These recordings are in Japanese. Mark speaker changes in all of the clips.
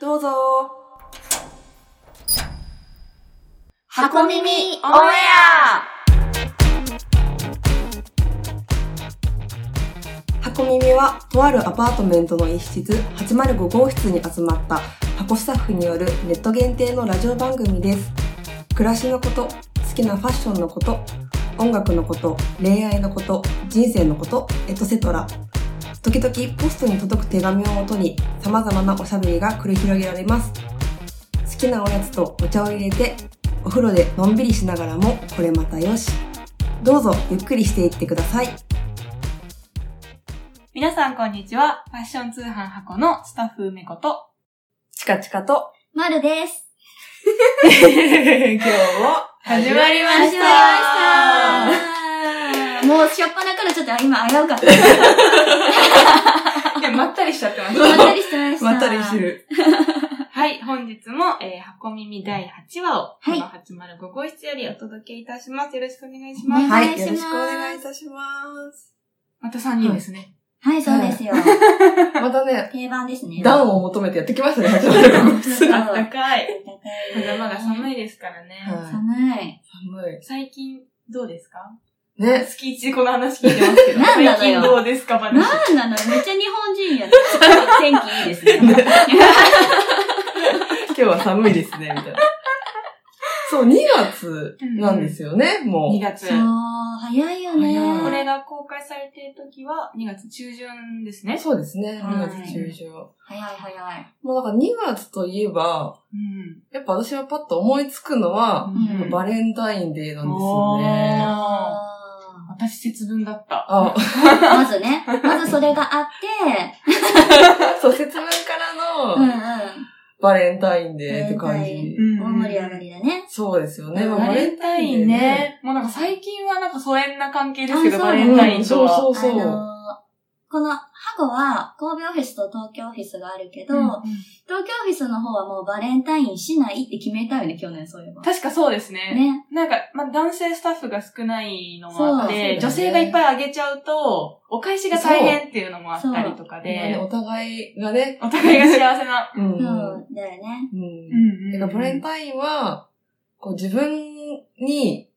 Speaker 1: どうぞ
Speaker 2: 箱耳オンエア
Speaker 1: 箱耳はとあるアパートメントの一室805号室に集まった箱スタッフによるネット限定のラジオ番組です暮らしのこと好きなファッションのこと音楽のこと恋愛のこと人生のことエトセトラ時々ポストに届く手紙をもとに様々なおしゃべりが繰り広げられます好きなおやつとお茶を入れてお風呂でのんびりしながらもこれまたよしどうぞゆっくりしていってください
Speaker 3: 皆さんこんにちは。ファッション通販箱のスタッフ梅子と、
Speaker 1: チカチカ と
Speaker 2: まるです。
Speaker 1: 今日も
Speaker 3: 始まりま
Speaker 2: 始まりま
Speaker 3: し
Speaker 2: したたもう初っ端からちょっと今危うかった。
Speaker 3: いや、まったりしちゃってま
Speaker 2: まっ
Speaker 3: す。
Speaker 2: たりしてました。
Speaker 1: まったりしてる。
Speaker 3: はい、本日も、えー箱耳第8話を、
Speaker 2: はい
Speaker 3: この805号室よりお届けいたします。よろしくお願いし
Speaker 2: お
Speaker 3: ます。
Speaker 2: 願い
Speaker 1: はい、
Speaker 2: し
Speaker 1: よ
Speaker 2: ます
Speaker 1: ろしくお願いいたします。
Speaker 3: また3人ですね。
Speaker 2: はい、そうですよ。
Speaker 1: またね、
Speaker 2: 定番ですね。
Speaker 1: 暖を求めてやってきま したね、始まる
Speaker 2: あ
Speaker 1: の
Speaker 3: あったかい。頭が
Speaker 2: い。
Speaker 3: 寒いですからね。
Speaker 1: はい
Speaker 2: 寒い。
Speaker 1: 寒
Speaker 3: 最近、どうですか
Speaker 1: い。ね、
Speaker 3: 月一でこの話聞いてますけど、
Speaker 2: なんな
Speaker 3: 最
Speaker 2: のよ
Speaker 3: 近どうですか話。
Speaker 2: なんなのめっちゃ日本人や。天気いいですね。
Speaker 1: 今日は寒いですね、みたいな。 そう、2月なんですよね、も
Speaker 3: 2
Speaker 1: う。
Speaker 3: 月
Speaker 2: そ。う、早いよ
Speaker 1: 早い
Speaker 3: これ
Speaker 2: ね。
Speaker 3: が公開されている時は2月中旬ですね。
Speaker 1: そうですね、
Speaker 3: はい
Speaker 1: 2月中旬。
Speaker 2: 早い早い。
Speaker 1: もうなんか2月といえば、
Speaker 3: うん。
Speaker 1: やっぱ私はパッと思いつくのは、
Speaker 2: うん
Speaker 1: バレンタインデーなんですよね。
Speaker 3: あ
Speaker 2: あ
Speaker 3: 私節分だった。
Speaker 1: あ、
Speaker 2: ーまずね、まずそれがあって、
Speaker 1: そう、節分か
Speaker 2: うんう
Speaker 1: らの
Speaker 2: ん。
Speaker 1: バレンタインデーって感
Speaker 2: バレンタイ
Speaker 1: じ
Speaker 2: ン。大盛り上がりだね。
Speaker 1: そうですよね。まあ
Speaker 3: バレンタイン。ね。もうなんか最近はなんか疎遠な関係ですけど、
Speaker 2: あ
Speaker 3: バ
Speaker 2: そう
Speaker 3: レ
Speaker 2: なん
Speaker 3: ン
Speaker 2: だ
Speaker 3: タインと
Speaker 1: そう
Speaker 3: は。
Speaker 1: そうそ
Speaker 2: あの
Speaker 1: う。
Speaker 2: ーこの箱は神戸オフィスと東京オフィスがあるけど、
Speaker 3: うん
Speaker 2: 東京オフィスの方はもうバレンタインしないって決めたよね、去年そういえば。
Speaker 3: 確かそうですね。
Speaker 2: ね。
Speaker 3: なんか、まあ、男性スタッフが少ないのもあって、
Speaker 1: そう
Speaker 3: 女性がいっぱいあげちゃうと、お返しが大変っていうのもあったりとか
Speaker 1: ね
Speaker 3: で、
Speaker 1: お互いがね。
Speaker 3: お互いが幸せな。
Speaker 1: うん。
Speaker 2: そうう、だよね。
Speaker 1: ん。だからバレン
Speaker 3: イ
Speaker 1: タインは、こう自分に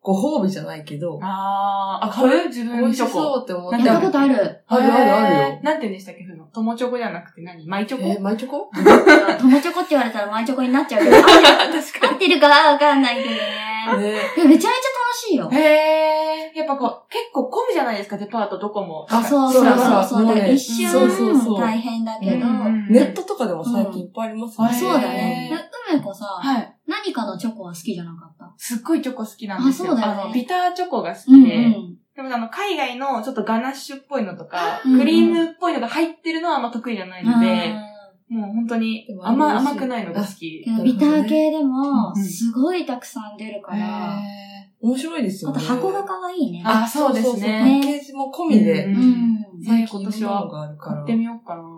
Speaker 1: ご褒美じゃないけど
Speaker 3: ン。、あー、あ、買う自
Speaker 1: 美味
Speaker 3: 分
Speaker 1: し
Speaker 3: チョコ。
Speaker 1: そうって思っ
Speaker 2: や
Speaker 1: て。
Speaker 2: ったことある。
Speaker 1: あるあるある
Speaker 3: え
Speaker 1: よ
Speaker 3: ー。なんて言うんでしたっけ、ふの。友チョコじゃなくて何マイチョコ、
Speaker 1: えー、マイチョコ
Speaker 2: 友チョコって言われたらマイチョコになっちゃうけど、合
Speaker 1: 確か
Speaker 2: ってるかわかんないけどね。
Speaker 1: に。ね。
Speaker 2: いやめちゃめちゃ楽しいよ。
Speaker 3: へー。やっぱこう、結構混むじゃないですか、デパートどこも。
Speaker 1: あ
Speaker 2: そうそう
Speaker 1: だから
Speaker 2: そうそう。
Speaker 1: も
Speaker 2: だ
Speaker 1: う
Speaker 2: から
Speaker 1: ね
Speaker 2: 一瞬
Speaker 3: そう
Speaker 1: そうそう
Speaker 2: 大変だけど。
Speaker 3: うん
Speaker 1: ネットとかでも最近いっぱいあります
Speaker 3: うん
Speaker 2: あそうだ
Speaker 3: へ
Speaker 2: ね。
Speaker 3: ー
Speaker 2: で梅子さ、
Speaker 3: はい。
Speaker 2: 何かのチョコは好きじゃなかった
Speaker 3: すっごいチョコ好きなんですよ。
Speaker 2: あそうだよね
Speaker 3: の、ビターチョコが好きで。でもあの、海外のちょっとガナッシュっぽいのとか、
Speaker 2: うん
Speaker 3: クリームっぽいのが入ってるのはあんま得意じゃないので、
Speaker 2: うん
Speaker 3: もう本当に
Speaker 1: でも
Speaker 3: 甘
Speaker 1: 美味しい
Speaker 3: 甘くないのが好き
Speaker 2: け。どビター系で
Speaker 3: うん
Speaker 2: も、
Speaker 3: うん
Speaker 2: すごいたくさん出るから、あ
Speaker 1: へー面白いですよ
Speaker 2: と
Speaker 1: ね。
Speaker 2: 箱が可愛いね。
Speaker 3: あ、そうで
Speaker 1: そ
Speaker 3: す
Speaker 1: うそうパ
Speaker 3: ね。
Speaker 1: ッケージも込み
Speaker 3: う
Speaker 1: で、
Speaker 2: うんん。
Speaker 1: 最近のものがあるから
Speaker 3: 買っ。てみようかな。
Speaker 2: う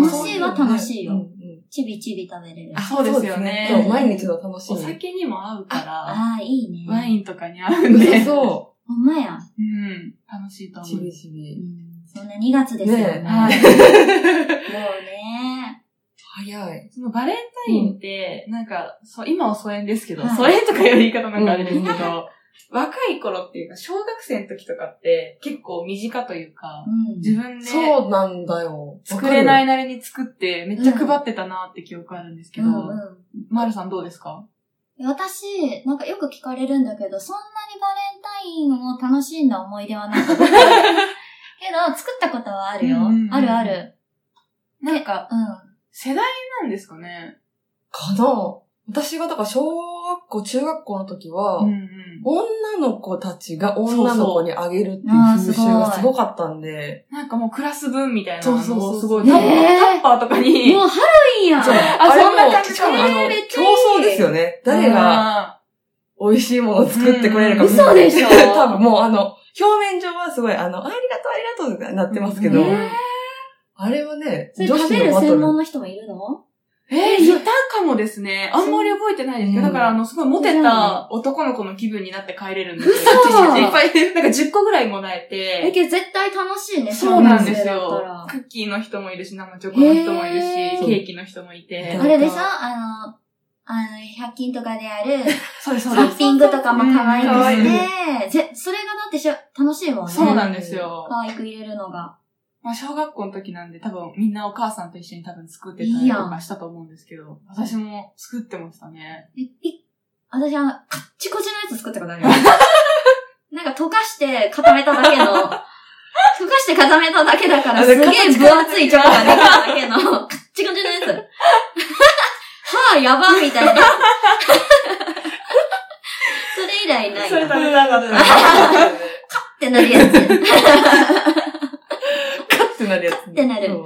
Speaker 2: ん。楽しいは楽しいよ。
Speaker 1: うんうん
Speaker 2: ちびちび食べれる。
Speaker 3: あ
Speaker 2: あ
Speaker 3: そうですよね
Speaker 1: そう毎日の楽し
Speaker 3: お
Speaker 1: み。
Speaker 3: 酒にも合うから、
Speaker 2: あー、いいね。
Speaker 3: ワインとかに合うんで。う。
Speaker 1: そ
Speaker 2: ほんまや。
Speaker 3: ん。楽しいと
Speaker 1: う。
Speaker 3: 思
Speaker 1: ち
Speaker 3: う
Speaker 1: び。ち
Speaker 2: う
Speaker 1: び。
Speaker 2: ん。そんな2月ですよ。
Speaker 1: ねえ
Speaker 2: も
Speaker 3: はい。
Speaker 2: うね。
Speaker 1: 早い。
Speaker 3: そのバレンタインって、なんか、そう、今は疎遠ですけど、
Speaker 2: はい
Speaker 3: 疎遠とかいう言い方なんかあれですけ
Speaker 1: う
Speaker 3: ど、
Speaker 1: ん
Speaker 3: 若い頃っていうか、小学生の時とかって、結構身近というか、
Speaker 2: うん。
Speaker 3: 自分で
Speaker 1: そうなんだよ。。
Speaker 3: 作れないいなりに作って、めっちゃ配ってたなって記憶あるんですけど、
Speaker 2: うんうん
Speaker 3: まるさんどうですか
Speaker 2: 私、なんかよく聞かれるんだけど、そんなにバレンタインを楽しんだ思い出はなかった。けど、作ったことはあるよ
Speaker 3: うんうんう。ん
Speaker 2: あるある。
Speaker 3: なんか、
Speaker 2: う
Speaker 3: 世代なんですかね
Speaker 1: かな私がだから小学校、中学校の時は、
Speaker 3: うんうん。
Speaker 1: 女の子たちが女の子にあげるっていう風習がすごかったんで、
Speaker 3: なんかもうクラス分みたいなの
Speaker 1: そうそうそう
Speaker 3: をすごい、
Speaker 2: へ
Speaker 3: タ
Speaker 2: ー
Speaker 3: ッパーとかに、
Speaker 2: ん。もうハロウィンやん
Speaker 1: そう
Speaker 3: あそんな感じ
Speaker 1: しかもあの
Speaker 2: えーめっ、ちゃ
Speaker 1: 競
Speaker 2: いい
Speaker 1: 争ですよね。誰が
Speaker 3: が、
Speaker 1: 美味しいものを作ってくれるか
Speaker 3: うん嘘
Speaker 2: でし ょ
Speaker 1: 多分もうあの、表面上はすごいあの、ありがとうありがとうってなってますけど、
Speaker 3: うん
Speaker 1: あれはね、
Speaker 2: それ
Speaker 1: 女
Speaker 2: 食
Speaker 1: 子
Speaker 2: べ
Speaker 1: の
Speaker 2: る
Speaker 1: バト
Speaker 2: 専
Speaker 1: ル
Speaker 2: 門の人もいるの
Speaker 3: えー、いたかもですね。あんまり覚えてないですけ
Speaker 4: うん
Speaker 3: ど、だからあの、すごいモテた男の子の気分になって帰れるんですよ。いっぱい、 なんか10個ぐらいもらえ
Speaker 2: え、
Speaker 3: て、
Speaker 2: けど絶対楽しいね、
Speaker 3: そうなんです
Speaker 2: 小学生だった
Speaker 3: よ
Speaker 2: ら。
Speaker 3: クッキーの人もいるし、生チョコの人もいるし
Speaker 2: へ、ー
Speaker 3: ケーキの人もいて
Speaker 4: そ。う
Speaker 2: あれでしょあの、あの、100均とかである、
Speaker 3: そうです、
Speaker 2: ト
Speaker 3: そうで
Speaker 2: ッ
Speaker 3: す。
Speaker 2: ピングとかも可愛
Speaker 3: うん可愛
Speaker 2: く
Speaker 3: い
Speaker 2: して、ぜそれがだってしょ楽しいもんね。
Speaker 3: そうなんですよ。
Speaker 2: 可愛く入れるのが。
Speaker 3: まあ、小学校の時なんで、多分みんなお母さんと一緒に多分作ってた
Speaker 2: いい
Speaker 3: りと
Speaker 2: やん
Speaker 3: かしたと思うんですけど、私も作ってましたね。
Speaker 2: えい私あの、カッチコチのやつ作ったことあ るよ。なんか溶かして固めただけ の、溶かして固めただけだから、
Speaker 3: あ
Speaker 2: す
Speaker 3: れ
Speaker 2: げえ分厚いチョコができただけの、カッチコチのやつ。はぁ、やばみたいな。 それ以来ないな。っ
Speaker 3: 食べなかった。
Speaker 2: てなるやつ。
Speaker 1: カッてなるやつ。
Speaker 2: てなる
Speaker 1: そう。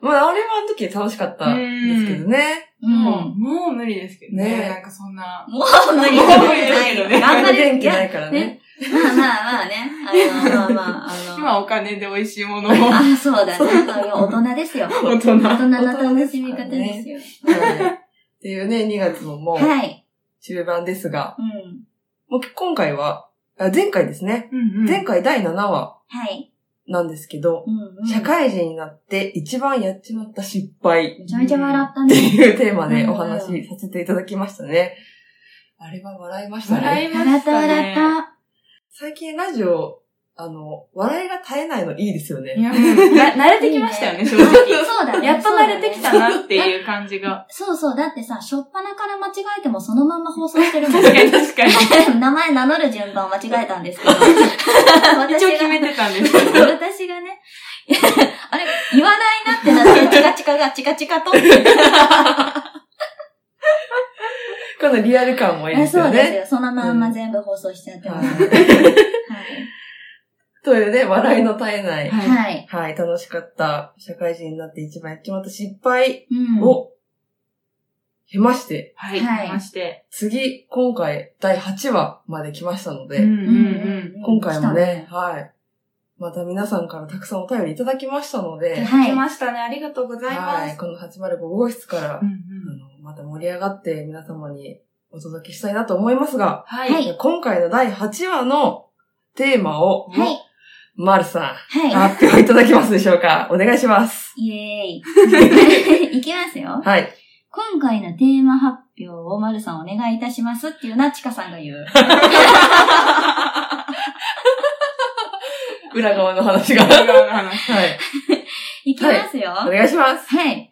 Speaker 1: まあ、あれはあの時楽しかったんですけどね。
Speaker 2: う
Speaker 3: も
Speaker 2: ん。
Speaker 3: う、もう無理ですけど
Speaker 1: ね
Speaker 3: ね。なんかそんな。
Speaker 2: もう無理
Speaker 1: もう無理
Speaker 2: ない
Speaker 1: だけどね
Speaker 2: 頑張れ
Speaker 1: 電気ないからね。
Speaker 2: まあまあまあね。あの、まあまあ、あの。
Speaker 3: 今お金で美味しいものを。
Speaker 2: あ、そうだね。まあ大人ですよ。
Speaker 3: 大人。
Speaker 2: 大人の楽しみ方ですよ。
Speaker 1: はいっていうね、2月ももう
Speaker 2: はい。
Speaker 1: 終盤ですが、
Speaker 2: うん。
Speaker 1: もう今回は、あ前回ですね。
Speaker 3: うんうん
Speaker 1: 前回第7話
Speaker 2: はい。
Speaker 1: なんですけど、
Speaker 2: うん、うん。
Speaker 1: 社会人になって一番やっちまった失敗
Speaker 2: めちゃめちゃ笑った
Speaker 1: って
Speaker 2: ね。
Speaker 1: いうテーマで
Speaker 2: うん
Speaker 1: お話しさせていただきましたね。あれは笑いましたね。
Speaker 3: 笑いま
Speaker 2: 笑っ
Speaker 3: したた
Speaker 2: 笑っ
Speaker 3: ね。
Speaker 2: た。
Speaker 1: 最近ラジオ、あの、笑いが絶えないのいいですよね。
Speaker 3: いや、うんな慣れてきましたよね、正直。
Speaker 2: そうだね。
Speaker 3: やっと慣れてきた
Speaker 2: そうだね。
Speaker 3: なっていう感じが。
Speaker 2: そうそう。だってさ、初っ端から間違えてもそのまんま放送してるもん
Speaker 3: 確かに確か に。
Speaker 2: 名前名乗る順番間違えたんですけど。
Speaker 3: 一応決めてたんですけど。
Speaker 2: 私がね、 あれ、言わないなってなって、チカチカがチカチカと って。
Speaker 1: このリアル感もいいです
Speaker 2: そ
Speaker 1: よ
Speaker 2: うです
Speaker 1: ね。
Speaker 2: よ。そのまんま全部放送しちゃってます。
Speaker 1: というね、笑いの絶えない。
Speaker 2: はい。はい。
Speaker 1: はい、楽しかった。社会人になって一番やっちまった失敗
Speaker 2: うん。
Speaker 1: を、経まして、
Speaker 3: はい。
Speaker 2: はい
Speaker 3: はい。まして。
Speaker 1: 次、今回、第8話まで来ましたので、
Speaker 3: うんうんうん。
Speaker 1: 今回もね、はい。また皆さんからたくさんお便りいただきましたので、
Speaker 2: は
Speaker 3: 来
Speaker 2: い。
Speaker 3: ましたね。ありがとうございま
Speaker 1: はい、
Speaker 3: す。
Speaker 1: この805号室から、
Speaker 3: うんう
Speaker 1: あ
Speaker 3: ん
Speaker 1: のまた盛り上がって皆様にお届けしたいなと思いますが、
Speaker 3: は
Speaker 2: はい
Speaker 3: い。
Speaker 1: 今回の第8話のテーマを、
Speaker 2: はい。
Speaker 1: まるさん、
Speaker 2: は
Speaker 1: 発表いただけますでしょうかお願いします。
Speaker 2: い。イェーイ。い きますよ。
Speaker 1: はい。
Speaker 2: 今回のテーマ発表をまるさんお願いいたしますっていうな、ちかさんが 言う。
Speaker 1: 裏側の話 が。
Speaker 3: 笑顔の話
Speaker 1: はい。
Speaker 2: いきますよ。
Speaker 1: お願いします。
Speaker 2: はい。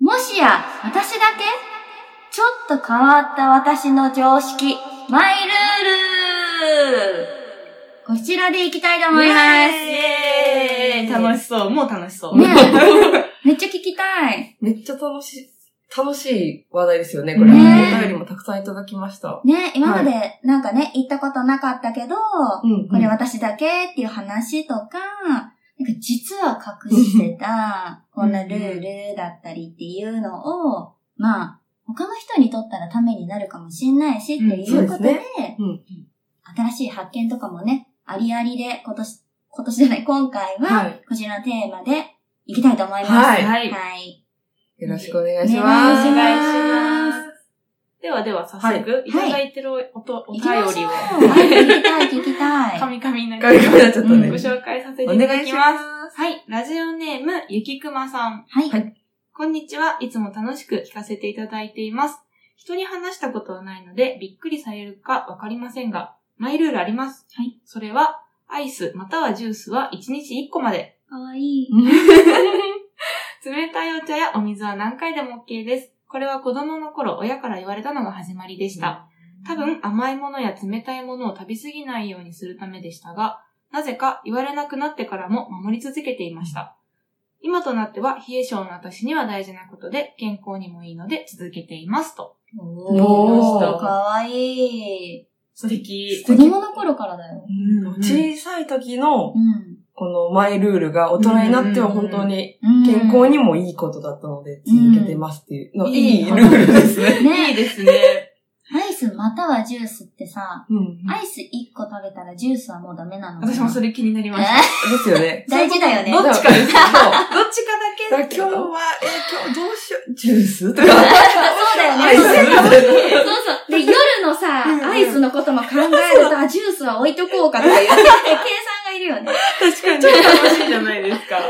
Speaker 2: もしや、私だけちょっと変わった私の常識、マイルールこちらでいきたいと思います。
Speaker 3: イエーイ楽しそう。もう楽しそう。
Speaker 2: ね えめっちゃ聞きたい。
Speaker 1: めっちゃ楽しい、楽しい話題ですよね、これ。
Speaker 2: ね
Speaker 1: お便りもたくさんいただきました。
Speaker 2: ね、今までなんかね、行ったことなかったけど、
Speaker 1: うん、うん
Speaker 2: これ私だけっていう話とか、なんか実は隠して た、こんなルールだったりっていうのを、まあ、他の人にとったらためになるかもしんないしっていうことで、
Speaker 1: うんそううん
Speaker 2: 新しい発見とかもね、ありありで今年、今年じゃない、今回
Speaker 1: は、
Speaker 2: はいこちらのテーマでいきたいと思います。
Speaker 1: はい
Speaker 3: はい
Speaker 2: はい。
Speaker 1: よろしくお願いし
Speaker 2: お
Speaker 1: ま
Speaker 2: 願
Speaker 1: す。
Speaker 2: いします
Speaker 3: ではでは、早
Speaker 1: はい
Speaker 3: 速、いただいてるおおお
Speaker 2: 行
Speaker 3: 便
Speaker 2: きまし
Speaker 3: り
Speaker 2: ょう。
Speaker 3: を、
Speaker 2: はい聞きたい、聞きたい。
Speaker 3: カミカミになり
Speaker 1: ガリガリになっちゃった
Speaker 2: う
Speaker 1: ね。
Speaker 2: ん
Speaker 3: ご
Speaker 1: お
Speaker 3: 紹介させていただ
Speaker 1: 願い
Speaker 3: き
Speaker 1: し
Speaker 3: ま
Speaker 1: ます
Speaker 3: す。。はい。ラジオネーム、ゆきくまさん。
Speaker 2: はい。
Speaker 1: はい
Speaker 3: こんにちは。いつも楽しく聞かせていただいています。人に話したことはないので、びっくりされるかわかりませんが、マイルールあります。はい。それは、アイスまたはジュースは1日1個まで。
Speaker 2: かわいい。
Speaker 3: 冷たいお茶やお水は何回でも OK です。これは子供の頃親から言われたのが始まり でした。多分甘いものや冷たいものを食べ過ぎないようにするためでしたが、なぜか言われなくなってからも守り続けていました。今となっては冷え性の私には大事なことで健康にもいいので続けていますと。
Speaker 2: お
Speaker 1: お
Speaker 2: ー、
Speaker 1: ー
Speaker 2: かわいい。
Speaker 3: 素敵
Speaker 2: 子供の頃からだよ。
Speaker 1: 小さい時の、
Speaker 2: うん。
Speaker 1: このマイルールが大人になっては本当に
Speaker 2: うん
Speaker 1: 健康にもいいことだったので続けてますっていうの、
Speaker 3: うん
Speaker 1: いいルールですね。
Speaker 3: いい
Speaker 2: ね
Speaker 3: ですね。
Speaker 2: アイスまたはジュースってさ、
Speaker 1: うん
Speaker 2: アイス1個食べたらジュースはもうダメなの
Speaker 3: 私もそ
Speaker 2: れ。
Speaker 3: れ気になり
Speaker 2: え
Speaker 3: ました。
Speaker 1: ですよね。
Speaker 2: 大事だよ
Speaker 1: そう
Speaker 2: ね
Speaker 1: いうことどっちかです。そう
Speaker 3: どっちかだけ
Speaker 1: だから今日は、えー、今日どうしよう、ジュースとか。
Speaker 2: そうだよね
Speaker 1: アイス
Speaker 2: そうそう。で、夜のさ、
Speaker 3: うんうん
Speaker 2: アイスのことも考えると、あジュースは置いとこうかとか いう、計算がいるよね。
Speaker 3: 確かに楽しいじゃないですか。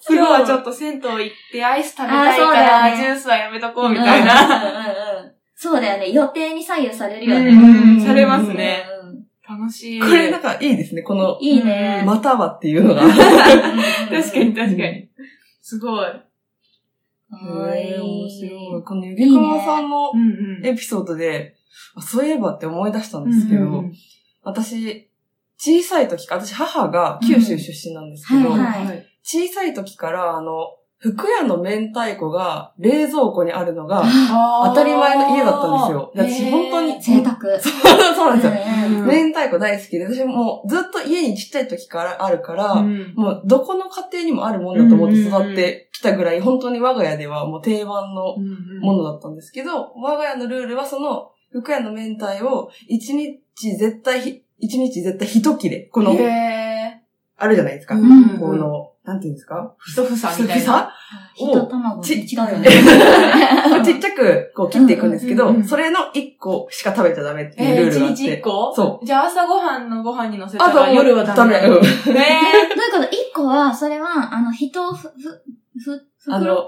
Speaker 2: そう
Speaker 3: 今日はちょっと銭湯行ってアイス食べたいか
Speaker 2: あ
Speaker 3: ら、
Speaker 2: そうだよね
Speaker 3: ジュースはやめとこうみたいな。
Speaker 2: うんうんうんそうだよね。予定に左右されるよね。
Speaker 1: ん
Speaker 3: うんされますね。
Speaker 2: うんうん
Speaker 3: 楽しい。
Speaker 1: これなんかいいですね、この、
Speaker 2: いいね。
Speaker 1: またはっていうのが。
Speaker 3: 確かに確 かに。すごい。
Speaker 2: は
Speaker 1: へ
Speaker 2: い。
Speaker 1: ー面白い。このゆびかわさんの
Speaker 3: うんうん
Speaker 1: エピソードで、あそういえばって思い出したんですけど、
Speaker 3: うんうん
Speaker 1: 私、小さい時から、私母が九州出身なんですけど、
Speaker 2: うんはい
Speaker 1: 小さい時から、あの、福屋の明太子が冷蔵庫にあるのが当たり前の家だったんですよ。で私本当に。
Speaker 2: 贅沢。
Speaker 1: そうそうなんですよ。
Speaker 2: うんうん
Speaker 3: うん
Speaker 1: 明太子大好きで、私もうずっと家にちっちゃい時からあるから、
Speaker 3: うん
Speaker 1: もうどこの家庭にもあるもんだと思って育ってきたぐらい、本当に我が家ではもう定番の
Speaker 3: うんうん
Speaker 1: ものだったんですけど、我が家のルールはその、福屋の明太を、一日絶対ひ、一日絶対一切れ。この、
Speaker 3: へ
Speaker 1: あるじゃないですか。
Speaker 3: ー。
Speaker 2: ん
Speaker 1: この、なんていうんですか
Speaker 3: ふさふさみたいな。
Speaker 1: さ
Speaker 2: 一卵
Speaker 1: ち
Speaker 2: 違うよ ね。
Speaker 1: ちっちゃくこう切っていくんですけ
Speaker 3: うんうんうん
Speaker 1: ど、
Speaker 3: うん
Speaker 1: それの一個しか食べちゃダメってい
Speaker 3: え
Speaker 1: う
Speaker 3: ー、
Speaker 1: ルールが
Speaker 3: 一
Speaker 1: あっ
Speaker 3: 日一
Speaker 1: て。
Speaker 3: 個。
Speaker 1: そう
Speaker 3: じゃあ朝ごはんのご飯に乗せ
Speaker 1: う。あ
Speaker 3: た
Speaker 1: と
Speaker 3: ら夜はダメ。
Speaker 1: うん
Speaker 3: ね
Speaker 2: どういうこと一個は、それは、あの、人、ふ、ふ、ふ、
Speaker 1: あ
Speaker 2: 袋
Speaker 1: の、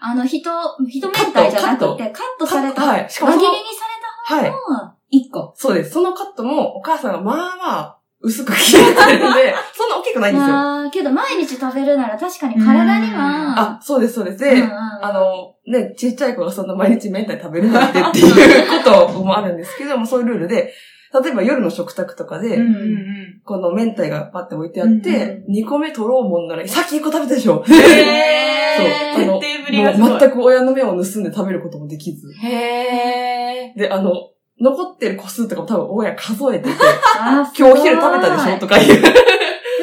Speaker 2: あの、人、人明太じゃなくて、カットされた。
Speaker 1: はい。しかも
Speaker 2: 輪
Speaker 1: そ
Speaker 2: 切
Speaker 1: の
Speaker 2: りに、さ
Speaker 1: はい
Speaker 2: れた。方が一個。
Speaker 1: そうです。そのカットもお母さんがまあまあ薄く切れてるん で、そんな大きくないんですよ。
Speaker 2: あーけど毎日食べるなら確かに体には
Speaker 1: あ、、そうです、そうです。
Speaker 2: うんう
Speaker 1: で、
Speaker 2: ん
Speaker 1: あの、ね、ちっちゃい子がそんな毎日明太食べるなんてっていうこともあるんですけども、そういうルールで、例えば夜の食卓とかで、
Speaker 3: うんうんうん。
Speaker 1: この明太がパッて置いてあって、二2個目取ろうもんなら、さっき1個食べたでしょ
Speaker 3: へ
Speaker 1: そうあ
Speaker 3: ー。
Speaker 1: の
Speaker 3: 徹底ぶりがす
Speaker 1: も
Speaker 3: ご
Speaker 1: う
Speaker 3: い。
Speaker 1: 全く親の目を盗んで食べることもできず。
Speaker 3: へ
Speaker 1: で、あの、残ってる個数とかも多分親数 えてて、
Speaker 2: あー
Speaker 1: 今日お昼食べたでしょとかいう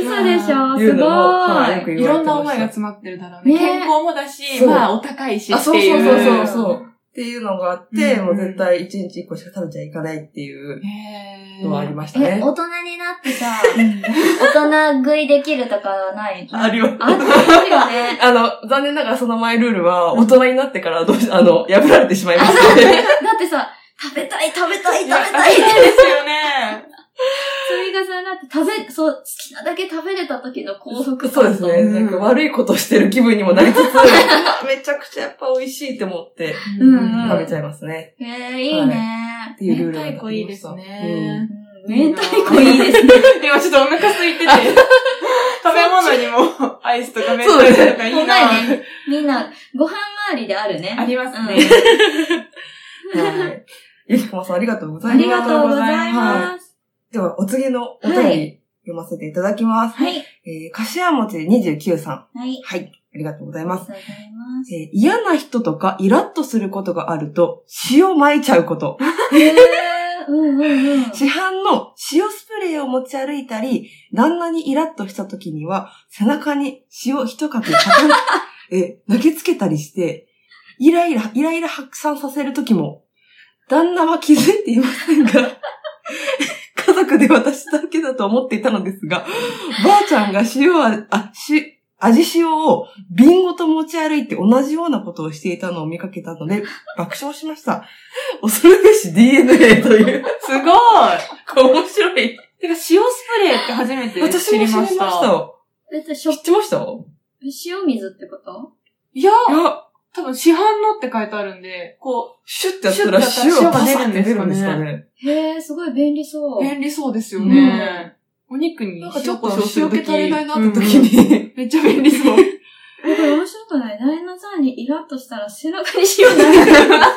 Speaker 2: 嘘でしょ
Speaker 1: い
Speaker 2: す
Speaker 1: うのも、はい、よ
Speaker 2: ご
Speaker 1: く言われてました。
Speaker 3: ー。いろんな思いが詰まってるだろう
Speaker 2: ね
Speaker 3: ね。健康もだし、
Speaker 1: そう
Speaker 3: まあお高いし
Speaker 1: あ、
Speaker 3: っ
Speaker 1: そう
Speaker 3: てい
Speaker 1: そう
Speaker 3: う。
Speaker 1: そうそう
Speaker 2: う
Speaker 1: そう。っていうのがあって、
Speaker 3: うん
Speaker 1: もう絶対1日1個しか食べちゃいかないっていう
Speaker 3: へー。
Speaker 1: のはありました
Speaker 2: い。え、
Speaker 1: ね。
Speaker 2: 大人になってさ、
Speaker 3: うん
Speaker 2: 大人食いできるとかはない
Speaker 1: あるよ。
Speaker 2: あるよ ね。
Speaker 1: あの、残念ながらそのマイルールは、大人になってからどうし、あの、破られてしまいましたので。
Speaker 2: だってさ、食べたい、食べたい、食べ
Speaker 3: いや
Speaker 2: たいって。
Speaker 3: そうですよね。
Speaker 2: それがさ、だって食べ、そう、好きなだけ食べれた時の幸福感
Speaker 1: そうですね。
Speaker 3: うん
Speaker 1: なんか悪いことしてる気分にもな りつつ、うわめちゃくちゃやっぱ美味しいって思って
Speaker 2: うんうん
Speaker 1: 食べちゃいますね。
Speaker 2: えー、いいね。
Speaker 1: っていうルール
Speaker 3: 明太子いいですね。
Speaker 2: うん明太子いいですね。
Speaker 3: 今ちょっとお腹空いてて、食べ物にもアイスとか明太子 とかい
Speaker 2: ほ
Speaker 3: い
Speaker 2: んまや
Speaker 3: な。
Speaker 2: ね。みんな、ご飯周りであるね。
Speaker 3: ありますね。
Speaker 1: うん。はい。ゆきこまさんありがとうござ
Speaker 2: あ
Speaker 1: います。
Speaker 2: りがとうございます。
Speaker 1: では、お次のお便
Speaker 2: は
Speaker 1: り読ませていただきます。
Speaker 2: はい。
Speaker 1: えー、柏餅29さん。
Speaker 2: はい。
Speaker 1: はい。ありがとうござい
Speaker 2: ありが
Speaker 1: ま
Speaker 2: とう
Speaker 1: す。
Speaker 2: ございます。
Speaker 1: えー嫌な人とかイラッとすることがあると、塩撒いちゃうこと。
Speaker 2: へーうんうんうん。
Speaker 1: 市販の塩スプレーを持ち歩いたり、旦那にイラッとした時には、背中に塩一かけか かんえ、投げつけたりして、イライラ、イライラ発散させる時も、旦那は気づいていませんが、 家族で私だけだと思っていたのですが、ばあちゃんが塩あ、あ、し、味塩を瓶ごと持ち歩いて同じようなことをしていたのを見かけたので、爆笑しました。恐るべし DNA という。
Speaker 3: すごい
Speaker 1: 面白い。
Speaker 3: てか、塩スプレーって初めて
Speaker 1: 私
Speaker 3: 知
Speaker 1: も知
Speaker 3: り
Speaker 1: り
Speaker 3: ま
Speaker 1: ま
Speaker 3: し。
Speaker 1: したた。
Speaker 2: えっと、しょ
Speaker 1: 知ってました
Speaker 2: 塩水ってこと
Speaker 3: いや、
Speaker 1: いや、
Speaker 3: 多分市販のって書いてあるんで、こ
Speaker 1: シュッてやったら
Speaker 3: シュッ
Speaker 1: 塩
Speaker 3: てや
Speaker 1: が
Speaker 3: ったら
Speaker 1: パ
Speaker 3: 塩
Speaker 1: サ
Speaker 3: が
Speaker 1: って
Speaker 3: 出る
Speaker 1: 出
Speaker 3: ん
Speaker 1: るんで
Speaker 3: で
Speaker 1: すす
Speaker 3: か
Speaker 1: か
Speaker 3: ね、
Speaker 1: ね。
Speaker 2: へえ、すごい便利そうう。
Speaker 3: 便利そうですよね。お肉に
Speaker 1: なんかちょっと
Speaker 3: 塩コショ
Speaker 1: 塩
Speaker 3: ウす
Speaker 1: 気
Speaker 3: る時
Speaker 1: 足りないなって時
Speaker 3: うん
Speaker 1: に。
Speaker 3: めっちゃ便利そう。
Speaker 2: えこれ面白くない旦那さんにイラッとしたら背中に塩ない。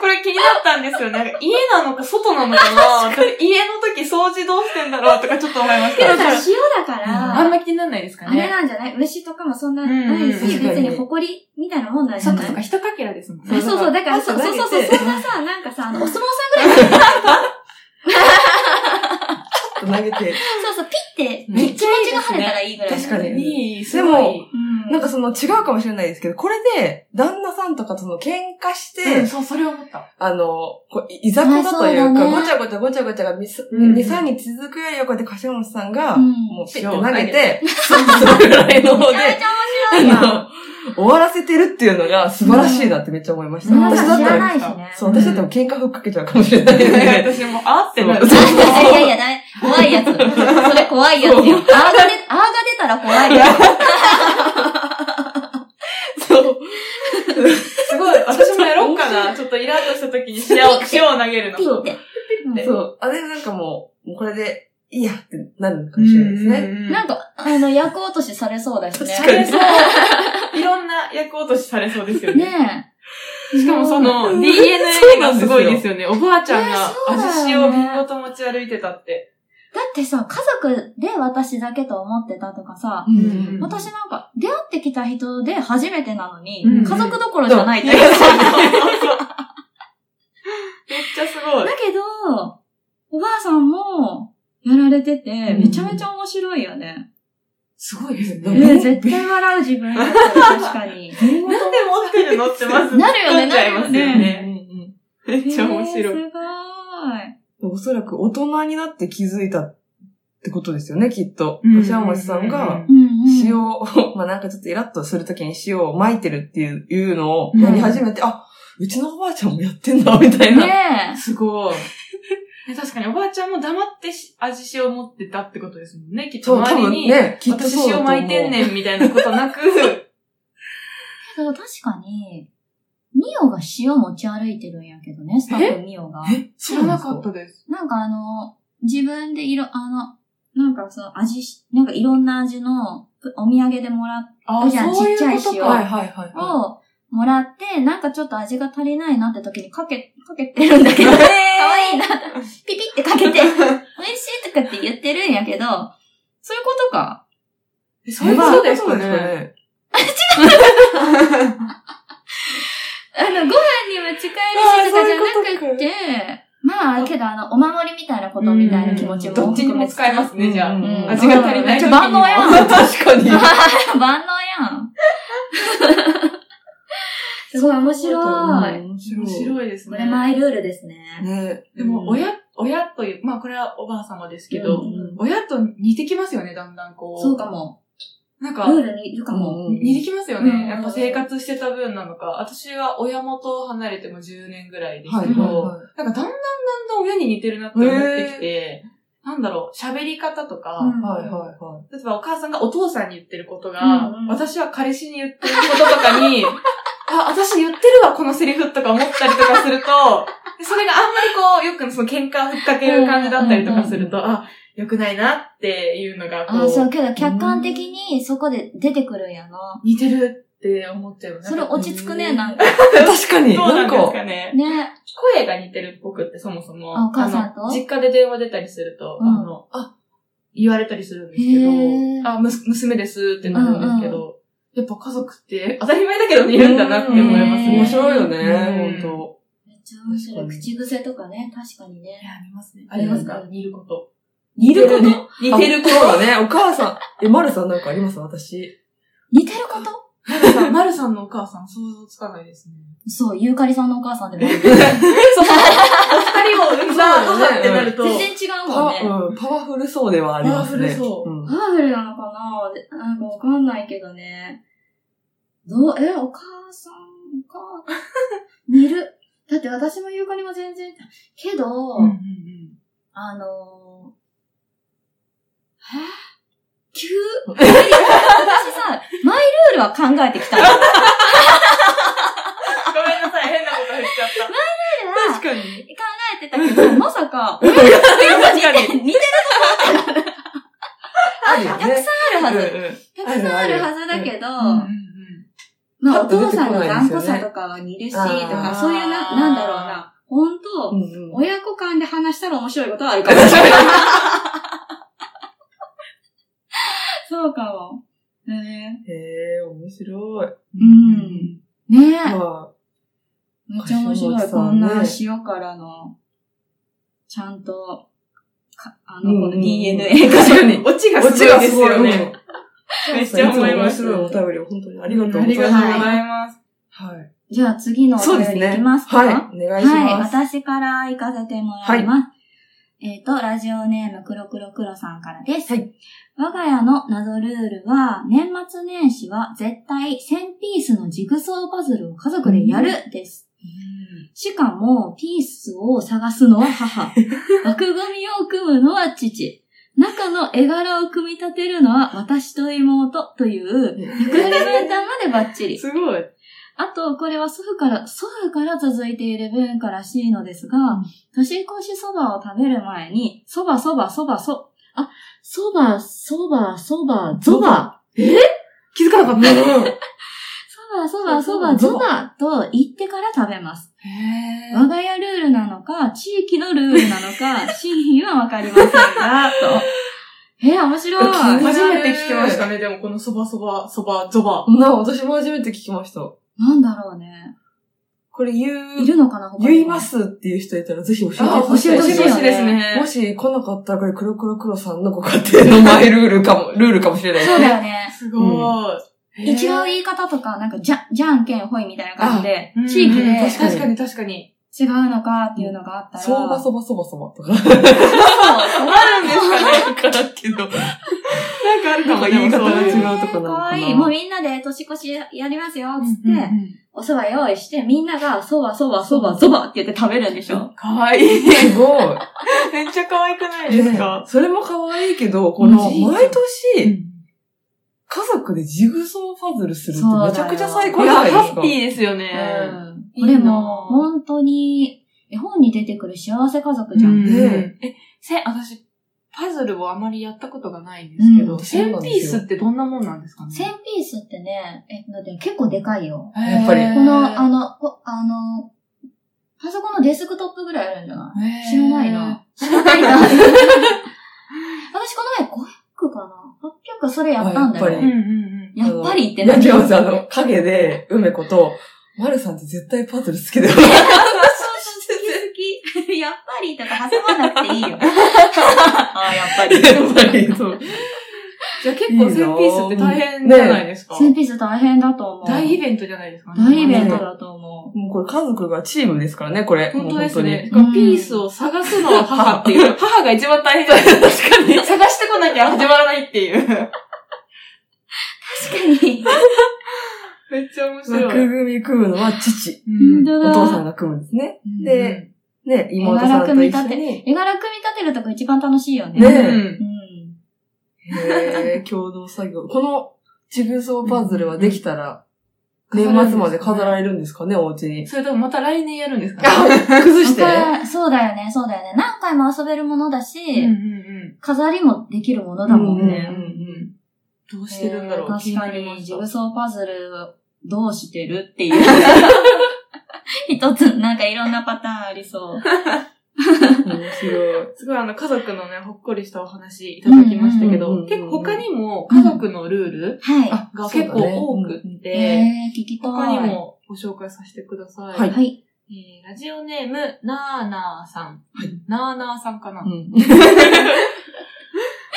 Speaker 3: これ気になったんですよね。なんか家なのか外なのかな私家の時掃除どうしてんだろうとかちょっと思いまし
Speaker 2: けどさ、
Speaker 3: た。
Speaker 2: 塩だか
Speaker 3: あん
Speaker 2: ら、
Speaker 3: ま気にならないですか
Speaker 2: あれ
Speaker 3: ね。
Speaker 2: なんじゃない虫とかもそんな
Speaker 3: うんうん
Speaker 2: ないし、
Speaker 1: 確か
Speaker 2: 別
Speaker 1: に
Speaker 2: に埃みたいなもんなんじ
Speaker 3: そ
Speaker 2: ゃ
Speaker 3: っ
Speaker 2: ない
Speaker 3: かそっか、一かけらですもん
Speaker 1: そ
Speaker 3: ね
Speaker 1: う。
Speaker 2: そうそう、だから、
Speaker 1: パ
Speaker 2: そ
Speaker 1: ス
Speaker 2: うそうそう、
Speaker 1: 投げて
Speaker 2: そんなさ、なんかさ、あの、お相撲さんぐらいの、
Speaker 1: 投げて。
Speaker 2: そうそう、ピッて、
Speaker 3: め
Speaker 2: 気
Speaker 3: っ
Speaker 2: 持
Speaker 3: ちゃいいです
Speaker 2: ちが晴
Speaker 3: ね
Speaker 2: れたらいいぐらい。
Speaker 1: 確かに
Speaker 3: いい、す
Speaker 1: で
Speaker 3: ご
Speaker 1: も
Speaker 3: い。
Speaker 2: うん。
Speaker 1: なんかその違うかもしれないですけど、これで、旦那さんとかとの喧嘩して、
Speaker 3: うん、そう、それ思った。
Speaker 1: あの、こういいざこざという
Speaker 2: あ
Speaker 1: か、
Speaker 2: そうだね
Speaker 1: ごちゃごちゃごちゃごちゃが2、
Speaker 3: うん
Speaker 1: 3日続くよりは、こうやって柏本さんが、
Speaker 2: うん
Speaker 1: もうピッて投げて、そのぐらいの方
Speaker 2: め
Speaker 1: で
Speaker 2: ちゃめちゃ面白いわ。
Speaker 1: あの、終わらせてるっていうのが素晴らしいなってめっちゃ思いました。
Speaker 2: うん
Speaker 1: 私だった
Speaker 2: 知ら
Speaker 1: ら、
Speaker 2: ないしね
Speaker 1: そう、私だったら喧嘩ふっかけちゃうかもしれないね。
Speaker 3: 私も、あって なる。
Speaker 1: そう
Speaker 2: いやいや、ダメ。怖いやつ。それ怖いやつよ。あーが出、あーが出たら怖いよ。
Speaker 1: そう。
Speaker 3: すごい。私もやろうか な。ちょっとイラッとした時に塩 を、塩を投げるの。
Speaker 2: ピ
Speaker 3: そ
Speaker 2: ンっ
Speaker 3: う。
Speaker 2: て。
Speaker 1: そう。あれなんかもう、もうこれで、いいやってなるのかもしれないですね。
Speaker 3: ね
Speaker 2: なんか、あの、役落としされそうだしね。
Speaker 1: 確
Speaker 3: あ
Speaker 1: かに
Speaker 3: れそう。いろんな役落としされそうですよね。
Speaker 2: ねえ。
Speaker 3: しかもそ、の DNA がすごいですよね。おばあちゃんが味塩を瓶ごと持ち歩いてたって。
Speaker 2: だってさ、家族で私だけと思ってたとかさ、
Speaker 1: うん
Speaker 2: 私なんか出会ってきた人で初めてなのに、
Speaker 3: うん
Speaker 2: 家族どころじゃないと
Speaker 3: め
Speaker 2: い
Speaker 3: っ
Speaker 2: う
Speaker 3: ち
Speaker 2: さ
Speaker 3: ゃすごい
Speaker 2: だ。けど、おばあさんもやられてて、
Speaker 1: うん
Speaker 2: めちゃめちゃ面白いよね。
Speaker 1: すごいですね。
Speaker 3: う
Speaker 2: え
Speaker 3: ん
Speaker 2: ー絶対笑う自分だったら確かに。
Speaker 3: なんで持ってるのってまず。
Speaker 2: なるよね
Speaker 3: なっちゃいます
Speaker 2: な
Speaker 3: よ
Speaker 2: るよ
Speaker 3: ね。めっちゃ面
Speaker 2: えー
Speaker 3: 白い。
Speaker 2: すごーい。
Speaker 1: おそらく大人になって気づいたってことですよね、きっと。
Speaker 3: うん
Speaker 1: 柏餅さんが、
Speaker 2: うんうん、
Speaker 1: 塩を、 まあなんかちょっとイラッとするときに塩を撒いてるっていういうのをやり始めて、あ、うちのおばあちゃんもやってんだ、みたいな。
Speaker 2: ね
Speaker 3: すごい。ね確かにおばあちゃんも黙ってし味塩持ってたってことですもんね。きっと
Speaker 1: そう、多
Speaker 3: 周り
Speaker 1: 分
Speaker 3: に、
Speaker 1: ね、きっと
Speaker 3: 私
Speaker 1: そうだと
Speaker 3: 塩
Speaker 1: 思う。
Speaker 3: 巻いてんねん みたいなことなく、
Speaker 2: え。けど確かに、ミオが塩持ち歩いてるんやけどね、スタッフミオが。
Speaker 1: え、
Speaker 3: 知
Speaker 1: 知
Speaker 3: らなかったです。
Speaker 2: なんかあの、自分でいろ、あの、なんかその味し、なんかいろんな味のお土産でもらっ
Speaker 3: あ
Speaker 2: じゃあちっちゃい塩
Speaker 1: はいはいはい。
Speaker 2: をもらって、なんかちょっと味が足りないなって時にかけ、かけてるんだけど、
Speaker 1: え
Speaker 2: か
Speaker 1: ー
Speaker 2: わ いいな、ピピってかけて、美味しいとかって言ってるんやけど、そういうことか。
Speaker 3: えそういうことですかね。。
Speaker 2: あの、ご飯に持ち帰りしとかじゃなくて、まあ、けどあの、お守りみたいなことみたいな気持ちも
Speaker 3: どっちにも使えますね、じゃあ。
Speaker 1: うん
Speaker 2: うん
Speaker 3: 味が足りない
Speaker 2: めっ
Speaker 3: 時にも
Speaker 2: ちゃ万能やん。
Speaker 1: 確か に。
Speaker 2: 万能やん。 すごい面白い。
Speaker 1: 面白
Speaker 3: 面
Speaker 1: い。
Speaker 3: 白いです
Speaker 2: こ
Speaker 3: ね。
Speaker 2: れマイルールですね。
Speaker 1: ね。
Speaker 3: でも、親、親という、まあこれはおばあ様ですけ
Speaker 2: う
Speaker 3: ど、
Speaker 2: ん
Speaker 3: 親と似てきますよね、だんだんこう。
Speaker 2: そうか。も。
Speaker 3: なん
Speaker 2: ル
Speaker 3: か、
Speaker 2: ールにいるかも。
Speaker 1: うん
Speaker 3: 似てきますよ
Speaker 2: うん
Speaker 3: ね。やっぱ生活してた分なのか。私は親元を離れても10年ぐらいです
Speaker 1: はい
Speaker 3: けど、
Speaker 1: は
Speaker 3: なんかだんだんだんだん親に似てるなって思ってきて、なんだろう、喋り方とか、
Speaker 2: うん
Speaker 1: いはい。はいはいはい。
Speaker 3: 例えばお母さんがお父さんに言ってることが、
Speaker 2: うんうん
Speaker 3: 私は彼氏に言ってることとか に、あ、私言ってるわ、このセリフとか思ったりとかすると、それがあんまりこう、よくその喧嘩ふっかける感じだったりとかすると、あ、良くないなっていうのが、こ
Speaker 2: ああ、そう、
Speaker 3: う、
Speaker 2: けど客観的にそこで出てくるんやな。
Speaker 3: 似てるって思っちゃうよね。
Speaker 2: それ落ち着くね、なんか。
Speaker 1: 確かに。
Speaker 3: どうな
Speaker 1: なんん
Speaker 3: です
Speaker 1: か、
Speaker 3: かね。
Speaker 2: ね。
Speaker 3: 声が似てるっぽくって、そもそも。
Speaker 2: あお母さんと
Speaker 3: あの実家で電話出たりすると、
Speaker 2: うん
Speaker 3: あの、あ、言われたりするんです
Speaker 2: へ
Speaker 3: け
Speaker 2: ー
Speaker 3: ど、あ、むす娘ですってなるんですけど、やっぱ家族って 当たり前だけど似るんだなって思い
Speaker 2: う
Speaker 3: ます
Speaker 2: ん
Speaker 3: ね。
Speaker 1: 面白いよね、
Speaker 3: うん
Speaker 1: 本
Speaker 2: めっちゃ面白い。
Speaker 1: 確かに
Speaker 2: 口癖とかね、確かにね。
Speaker 3: ありますね。ありますか
Speaker 2: う
Speaker 3: 似ること。
Speaker 1: 似ること
Speaker 3: 似
Speaker 1: 当。
Speaker 3: てるこ
Speaker 1: そうだね。お母さん。え、まるさんなんかあります私。
Speaker 2: 似てること
Speaker 3: と。まるさんのお母さん想像つかないですね。
Speaker 2: そう、ゆうかりさんのお母さんでも。 全
Speaker 3: そう。お二人を産んだ母ってなると、
Speaker 2: 然違う
Speaker 1: パ
Speaker 2: もんね。
Speaker 1: うんパワフルそうではありますね。
Speaker 3: パワフルそうん
Speaker 2: パワフルなのかなでなんかわかんないけどね。どう、え、お母さんか。 似る。だって私も言うかにも全然。けど、
Speaker 3: うんうん
Speaker 2: あのー、え 急私さ、マイルールは考えてきた の。
Speaker 3: ごめんなさい、変なこと言っちゃっ
Speaker 2: マイルールは考
Speaker 3: た。確かに。
Speaker 2: えてたけど、まさか、似
Speaker 3: 確かに。
Speaker 2: て似て
Speaker 1: あるよ
Speaker 2: たくさ
Speaker 1: ね。
Speaker 2: んあるはず。
Speaker 3: うんうん
Speaker 2: たくさんあるはずだけど、
Speaker 3: うんうんうん
Speaker 1: パ
Speaker 2: まあ、
Speaker 1: ッ
Speaker 2: お
Speaker 1: と出
Speaker 2: 父
Speaker 1: てこ
Speaker 2: さんの
Speaker 1: ないで
Speaker 2: 頑
Speaker 1: すよね
Speaker 2: 固さとかは似るし、と
Speaker 1: あ
Speaker 2: か、
Speaker 3: ー
Speaker 2: そういうな、なんだろうな。本当、
Speaker 1: うんうん
Speaker 2: 親子間で話したら面白いことはあるかもしれない。 そうかも。ね
Speaker 1: へえ、面白い。
Speaker 2: うん。ねえ。
Speaker 1: ま
Speaker 2: めっちゃ面白
Speaker 1: 柏
Speaker 2: い。
Speaker 1: 木
Speaker 2: こ
Speaker 1: さ
Speaker 2: ん
Speaker 1: んね
Speaker 2: な塩からの、ちゃんと、かあ
Speaker 1: うん
Speaker 2: の、
Speaker 1: うん
Speaker 2: こ
Speaker 1: う
Speaker 2: の
Speaker 1: ん
Speaker 2: DNA が。
Speaker 3: 確かに。オチ
Speaker 1: あ、
Speaker 3: が
Speaker 1: オチ
Speaker 3: すごい
Speaker 1: が
Speaker 3: ですす
Speaker 1: ごい。
Speaker 3: よ
Speaker 1: うん
Speaker 3: ね。めっちゃ思います
Speaker 1: つも面白いお便りを本当にありがとうご
Speaker 3: あ
Speaker 1: ざい
Speaker 3: りが
Speaker 1: ま
Speaker 3: と
Speaker 1: す
Speaker 3: うご。ざいます。
Speaker 1: はい。
Speaker 2: じゃあ次のお
Speaker 1: そう
Speaker 2: 便
Speaker 1: です
Speaker 2: りい
Speaker 1: ね。
Speaker 2: きますか
Speaker 1: はい。お願いし
Speaker 2: はい、
Speaker 1: ます。
Speaker 2: 私から行かせてもらいます。えっ、と、ラジオネーム黒黒黒さんからです。
Speaker 1: はい
Speaker 2: 我が家の謎ルールは、年末年始は絶対1000ピースのジグソーパズルを家族でやるです。しかも、ピースを探すの は母。枠組みを組むのは父。中の絵柄を組み立てるのは私と妹という、役割分担までバッチリ。
Speaker 3: すごい。
Speaker 2: あと、これは祖父から、祖父から続いている文化らしいのですが、年越しそばを食べる前に、そばそばそばそ、あ、そば、そば、そば、ゾバ。
Speaker 1: 気づかなかった。
Speaker 2: そば、そば、そば、
Speaker 1: そ
Speaker 2: ゾ
Speaker 1: ば
Speaker 2: バと言ってから食べます。
Speaker 3: へ
Speaker 2: 我が家ルールなのか、地域のルールなのか、真品はわかりませんが、と。えー、面白い。
Speaker 1: 気になる
Speaker 3: 初めて聞きましたね、でもこのそばそば、そば、ゾバ。
Speaker 1: な、私も初めて聞きました。
Speaker 2: なんだろうね。
Speaker 1: これ言、
Speaker 2: いうるのかな他にも
Speaker 1: 言いますっていう人いたらぜひ教えて
Speaker 3: あ、
Speaker 1: ほしい。
Speaker 3: 教えてほしい
Speaker 2: 教えてほしい
Speaker 3: ですね。
Speaker 1: もし来なかったらこれ黒黒黒さんのご家庭のマイルールかも、ルールかもしれないです
Speaker 2: そう
Speaker 1: ね。
Speaker 2: だよね。
Speaker 3: すごい。
Speaker 2: 違う
Speaker 3: へー
Speaker 2: 言い方とか、なんか、じゃ、じゃんけんほいみたいな感じで
Speaker 3: うん、
Speaker 2: 地域
Speaker 3: うん
Speaker 2: で
Speaker 3: 確かに確かに。
Speaker 2: 違うのかっていうのがあったら。
Speaker 1: そばそばそばそばとか。
Speaker 3: あるんですかね
Speaker 1: わからんけど。
Speaker 3: なんかあるか
Speaker 1: なん
Speaker 3: も
Speaker 1: か
Speaker 3: ね。
Speaker 1: 言い方が
Speaker 3: そう
Speaker 1: 違
Speaker 3: いう
Speaker 1: とかなの
Speaker 3: う
Speaker 1: かな。
Speaker 2: かわいい。もうみんなで年越しやりますよ、つって、
Speaker 3: うんうんうん
Speaker 2: お蕎麦用意して、みんなが、そばそばそばそばって言って食べるんでしょ
Speaker 3: かわいい。
Speaker 1: すごい。
Speaker 3: めっちゃ可愛くないですか
Speaker 1: それも可愛いけど、この、
Speaker 3: うんいい
Speaker 1: 毎年、家族でジグソーパズルするってめちゃくちゃ最
Speaker 3: こ
Speaker 1: 高
Speaker 3: れ
Speaker 1: じゃないです
Speaker 3: はハ
Speaker 1: か
Speaker 3: ッ。ピーですよ
Speaker 2: う
Speaker 3: ね。いい
Speaker 2: こ
Speaker 3: な
Speaker 2: れも、本当に、絵本に出てくる幸せ家族
Speaker 3: う
Speaker 2: じゃん。
Speaker 3: ん
Speaker 1: ね
Speaker 3: え、せ、私、パズルをあまりやったことがないんですけ
Speaker 2: う
Speaker 3: ど、
Speaker 2: ん
Speaker 3: センピースってどんなもんなんですかね
Speaker 2: 1000ピースってね、え、だって結構でかいよ。
Speaker 1: やっぱり
Speaker 2: この、あ、の、こあの、パソコンのデスクトップぐらいあるんじゃない
Speaker 3: へー
Speaker 2: 知らないな。。知ら ないな。私この前500かな ?800 それやったんだ
Speaker 1: あやっぱ
Speaker 2: よ
Speaker 3: うんうん
Speaker 1: り。
Speaker 3: うん。
Speaker 2: やっぱりって
Speaker 1: いや、
Speaker 2: 何
Speaker 1: で もさ、あの、影で、梅子と、まるさんって絶対パズル好きだよ。
Speaker 2: 好き好 き。やっぱりとか挟まなく ていいよ。あやっぱ
Speaker 1: やっぱり、そう。
Speaker 3: じゃあ結構センピースって大変じゃないですか
Speaker 2: センピース大変だと思う。
Speaker 3: 大イベントじゃないですかね。
Speaker 2: 大イベントだと思う。
Speaker 1: もうこれ家族がチームですからね、これ。
Speaker 3: 本当ですね。
Speaker 2: 本当に
Speaker 3: ピースを探すのは母っていう。母が一番大変じゃないですか。確かに。探してこなきゃ始まらないっていう。
Speaker 2: 確かに。
Speaker 3: めっちゃ面
Speaker 1: 本当に。枠
Speaker 3: 白い。
Speaker 1: 組み組むのは父。
Speaker 3: う
Speaker 2: 本
Speaker 3: ん
Speaker 2: 当
Speaker 1: お
Speaker 2: だ
Speaker 1: 父さんが組むんですね。で、ね、妹さんと一緒に。
Speaker 2: 絵柄組み立てるとこ一番楽しいよね。
Speaker 3: う
Speaker 1: ね
Speaker 3: ん
Speaker 2: うん。
Speaker 1: へー 共同作業。このジグソーパズルはできたら、年末まで飾られるんですかね、お家に。
Speaker 3: それともまた来年やるんですか
Speaker 1: あ崩して。
Speaker 2: 他そうだよね、そうだよね。何回も遊べるものだし、
Speaker 3: うんうんうん。
Speaker 2: 飾りもできるものだもんね。
Speaker 1: うんうんうん
Speaker 3: どうしてるんだろう
Speaker 2: えー。確か
Speaker 3: 気になりま
Speaker 2: に、
Speaker 3: し
Speaker 2: ジ
Speaker 3: た
Speaker 2: グソーパズル、どうしてるっていう。 一つ、なんかいろんなパターンありそう。
Speaker 1: 面白い。
Speaker 3: すごいあの家族のね、ほっこりしたお話いただきましたけ
Speaker 1: うんうんうんう
Speaker 3: ど、
Speaker 1: ん
Speaker 3: 結構他にも家族のルール
Speaker 2: はい。
Speaker 3: が結構多くっ
Speaker 2: え
Speaker 3: て、
Speaker 2: ー、聞きたい。
Speaker 3: 他に。もご紹介させてください。
Speaker 1: はい
Speaker 2: はい。
Speaker 3: えーラジオネーム、なーなーさん。なーなーさんかな。
Speaker 1: うん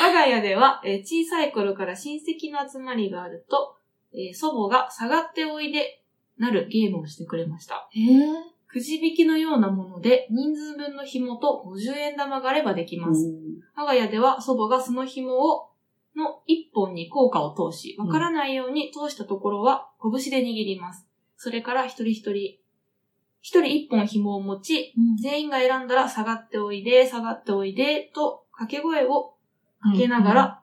Speaker 3: 我が家では、えー小さい頃から親戚の集まりがあると、えー祖母が下がっておいでなるゲームをしてくれました。
Speaker 2: えー、
Speaker 3: くじ引きのようなもので、人数分の紐と50円玉があればできます。我が家では祖母がその紐を、の一本に効果を通し、わからないように通したところは拳で握ります。それから一人一人、一人一本紐を持ち、
Speaker 2: うん
Speaker 3: 全員が選んだら下がっておいで、下がっておいで、と掛け声をかけながら、